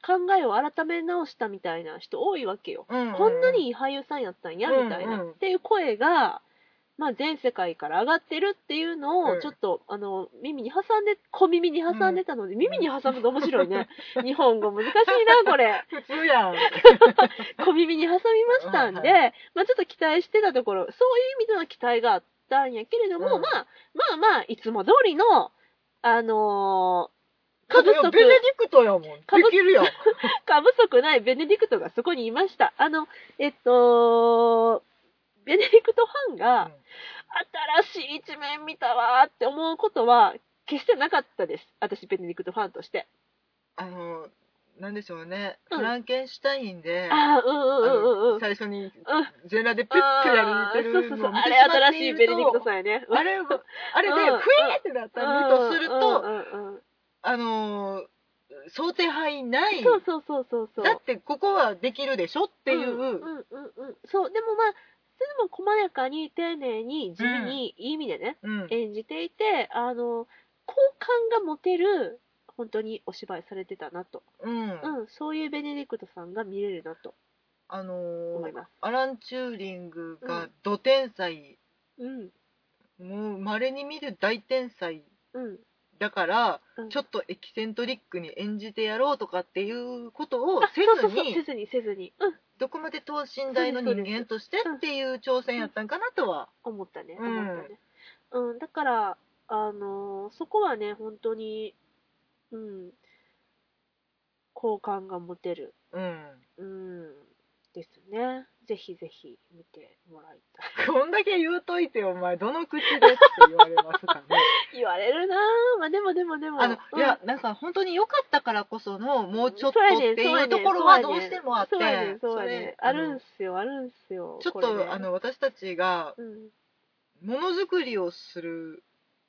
A: 考えを改め直したみたいな人多いわけよ。
B: うん、う
A: こんなにいい俳優さんやったんや、みたいな、
B: うんうん
A: っていう声が、まあ、全世界から上がってるっていうの
B: う
A: を、
B: ん
A: ちょっと、あの、耳に挟んで、小耳に挟んでたので、耳に挟むと面白い ね。日本語難しいな、これ。
B: 普通やん。
A: 小耳に挟みましたんで、
B: うんは
A: まあ、ちょっと期待してたところ、そういう意味での期待があったんやけれども、
B: うん
A: まあ、まあまあ、いつも通りの、あのー、過不
B: かぶ
A: 足、
B: ベネディクトやもん。で
A: かぶ
B: きるよ。
A: 過不足ないベネディクトがそこにいました。あの、えっと、ベネディクトファンが、新しい一面見たわーって思うことは、決してなかったです。私、ベネディクトファンとして。
B: あの、なんでしょうね。
A: うん
B: フランケンシュタインで、
A: ああ、うんうんうんうんうん。
B: 最初に
A: うん
B: 全裸でピュッてや
A: あ
B: るて
A: ーそうそ
B: る
A: うそう。
B: のを見
A: あ
B: てし
A: れ
B: まっ
A: 新
B: て
A: し
B: い
A: い
B: る
A: ベネディクト
B: と、
A: さんやね。
B: あれ、あれで、
A: う
B: ふ
A: ん
B: えーってなった身とする
A: う
B: と、
A: んうんうん
B: あの、想定範囲ない。
A: そうそうそうそうそう。
B: だってここはできるでしょっていう、
A: うんうんうんうん。そう、でもまあ、それでも細やかに丁寧に地味に、いい意味でね、
B: うん
A: 演じていて、あの、好感が持てる、本当にお芝居されてたなと。
B: うん
A: うん、そういうベネディクトさんが見れるなと
B: あの
A: 思い
B: ー
A: ます。
B: アラン・チューリング
A: う
B: が
A: ん
B: ド天才、
A: うん、
B: もう稀に見る大天才
A: うん、
B: だから、
A: うん
B: ちょっとエキセントリックに演じてやろうとかっていうことを
A: あ
B: せ
A: そうそう
B: ず
A: そうせ
B: に
A: ずにせずにうん
B: どこまで等身大の人間として
A: そうですそうです
B: っていう挑戦やったんかなとは
A: 思ったね
B: うん
A: 思ったねうんだからあのーそこはね本当にうん好感が持てる
B: うん
A: うんですねぜひぜひ見てもらいた い
B: こんだけ言うといてお前どの口でって言われますかね
A: 言われるなぁまあでもでもでも
B: あの
A: うん
B: いやなんか本当に良かったからこそのもうちょっと
A: そやねん
B: って
A: そ
B: いう
A: やねん
B: ところはどうしてもあって
A: そうやねんそうやねん
B: れ
A: ある
B: の
A: んすよあるんすよ
B: ちょっ
A: これね
B: とあの私たちが
A: うん
B: ものづくりをする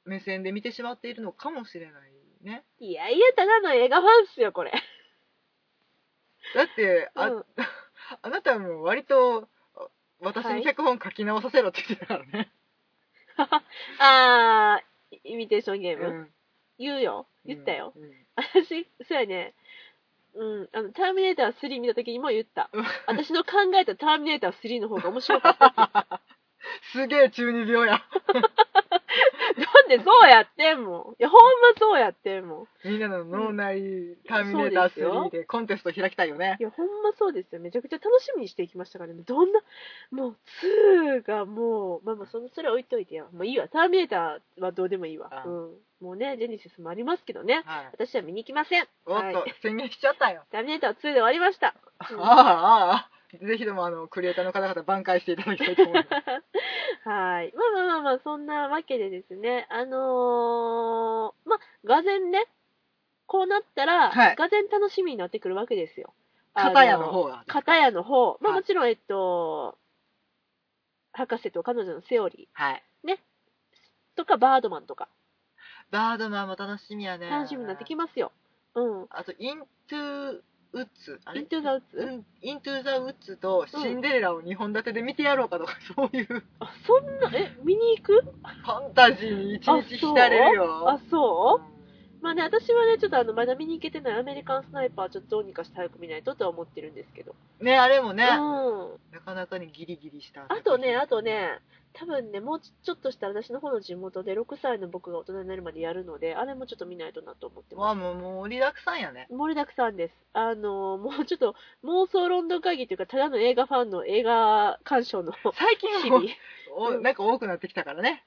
B: 目線で見てしまっているのかもしれないね
A: いやいやただの映画ファンっすよこれ
B: だってあ,、
A: うん
B: あなたも割とあ私に脚本書き直させろって言ってたからね、
A: あーイミテーションゲーム、
B: うん
A: 言うよ言ったよ、
B: うんうん
A: 私そうやねうんあの「ターミネーター3」見た時にも言った
B: うん
A: 私の考えた「ターミネーター3」の方が面白かったって言った
B: すげえ中二病や
A: なんでそうやってんもんいやほんまそうやってんもん
B: みんなの脳内ターミネー
A: そう
B: タ
A: ですよ
B: ー3でコンテスト開きたいよね
A: いやほんまそうですよめちゃくちゃ楽しみにしていきましたからねどんなもう2がもうまあまあそのそれ置いといてよもういいわ「ターミネーター」はどうでもいいわ、
B: う
A: うんん、もうねジェネシスもありますけどね
B: はい
A: 私は見に行きません
B: おっと、
A: はい、
B: 宣言しちゃったよ。
A: ターミネーター2で終わりました、うん
B: ああ、ああ、ぜひともあの、クリエイターの方々挽回していただきたいと思います。
A: はい。まあまあまあまあ、そんなわけでですね、あのー、まあ、がぜんね、こうなったら、
B: はい
A: がぜん楽しみになってくるわけですよ。
B: 片屋の方が。
A: あの。片屋の方。まあ
B: はい
A: もちろん、えっと、博士と彼女のセオリ
B: はい。
A: ーとか、バードマンとか、
B: バードマンも楽しみやね。
A: 楽しみになってきますよ。うん。
B: あと、イントゥウッズ。あれ
A: イントゥザウッズ
B: うんイントゥザウッズとシンデレラを2本立てで見てやろうかとか、 そういう
A: あ、そんな、え、見に行く
B: ファンタジーに一日浸れるよ。
A: あ、そう
B: うん
A: まあね、私はね、ちょっとあの、まだ見に行けてないアメリカンスナイパー、ちょっとどうにかして早く見ないととは思ってるんですけど。
B: ね、あれも
A: う
B: ね、
A: ん。
B: なかなかにギリギリした。
A: あとね、あとね、多分ね、もうちちょっとしたら私の方の地元で6歳の僕が大人になるまでやるので、あれもちょっと見ないとなと思って
B: ま
A: ま
B: あ、もうもう盛りだくさんやね。
A: す。盛りだくさんです。あのーもうちょっと妄想ロンドン会議というか、ただの映画ファンの映画鑑賞の日
B: 最近はも
A: 々
B: う。おなんか多くなってきたからね。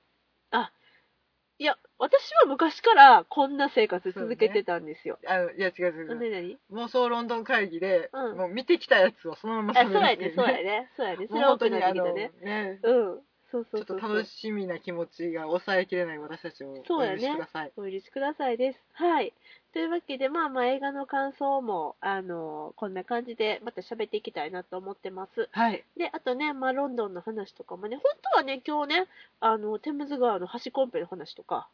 A: いや、私は昔からこんな生活続けてたんですよ。
B: あのいや違う違う違う、
A: ね、何
B: 妄想ロンドン会議で、
A: うん
B: もう見てきたやつをそのまま
A: あ、
B: 喋
A: そう
B: る
A: や
B: ってい
A: ね、そうやね、そうやね、それは
B: もう本
A: 多く
B: 当に
A: な
B: あ
A: ってき
B: の
A: た
B: ね
A: ね。うん。そう
B: ち
A: そ
B: ょっ
A: うそ
B: と
A: うそう。
B: 楽しみな気持ちが抑えきれない私たちを
A: そうやね
B: お許しください。
A: お許しくださいです。はい。というわけで、まあまあ映画の感想も、あのこんな感じでまた喋っていきたいなと思ってます。
B: はい。
A: で、あとね、まあロンドンの話とかもね、本当はね、今日ね、あの、テムズ川の橋コンペの話とか、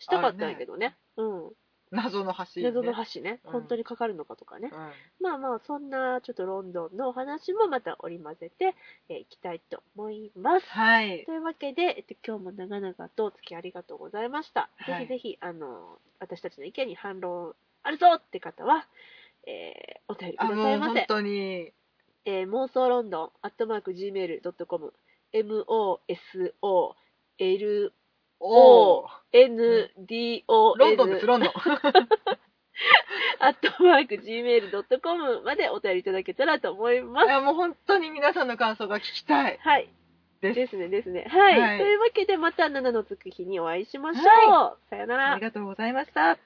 A: したかったんやけどね。うん。
B: 謎の橋、ね。
A: 謎の橋ね、
B: うん
A: 本当にかかるのかとかね。
B: うん
A: まあまあ、そんな、ちょっとロンドンのお話もまた織り交ぜて、えーいきたいと思います。
B: はい。
A: というわけで、えっと、今日も長々とお付き合いありがとうございました。
B: は
A: ぜひ
B: い
A: ぜひ、あの、私たちの意見に反論あるぞって方は、えーお便りくだ
B: あ
A: さ
B: も
A: いうま
B: 本
A: せ。
B: 当に
A: えー妄想ロンドン、アットマーク Gmail.com、MOSOLONDON
B: おーロンドンです
A: ア
B: ロ ンド
A: ッ
B: ン。
A: トマーク Gmail.com までお便りいただけたらと思いま
B: い
A: す。
B: やもう本当に皆さんの感想が聞きたい
A: はい。
B: です。
A: ですね、ですね。はい。
B: はい
A: というわけで、また7のつく日にお会いしましょう。さよなら
B: あり。がとうございました。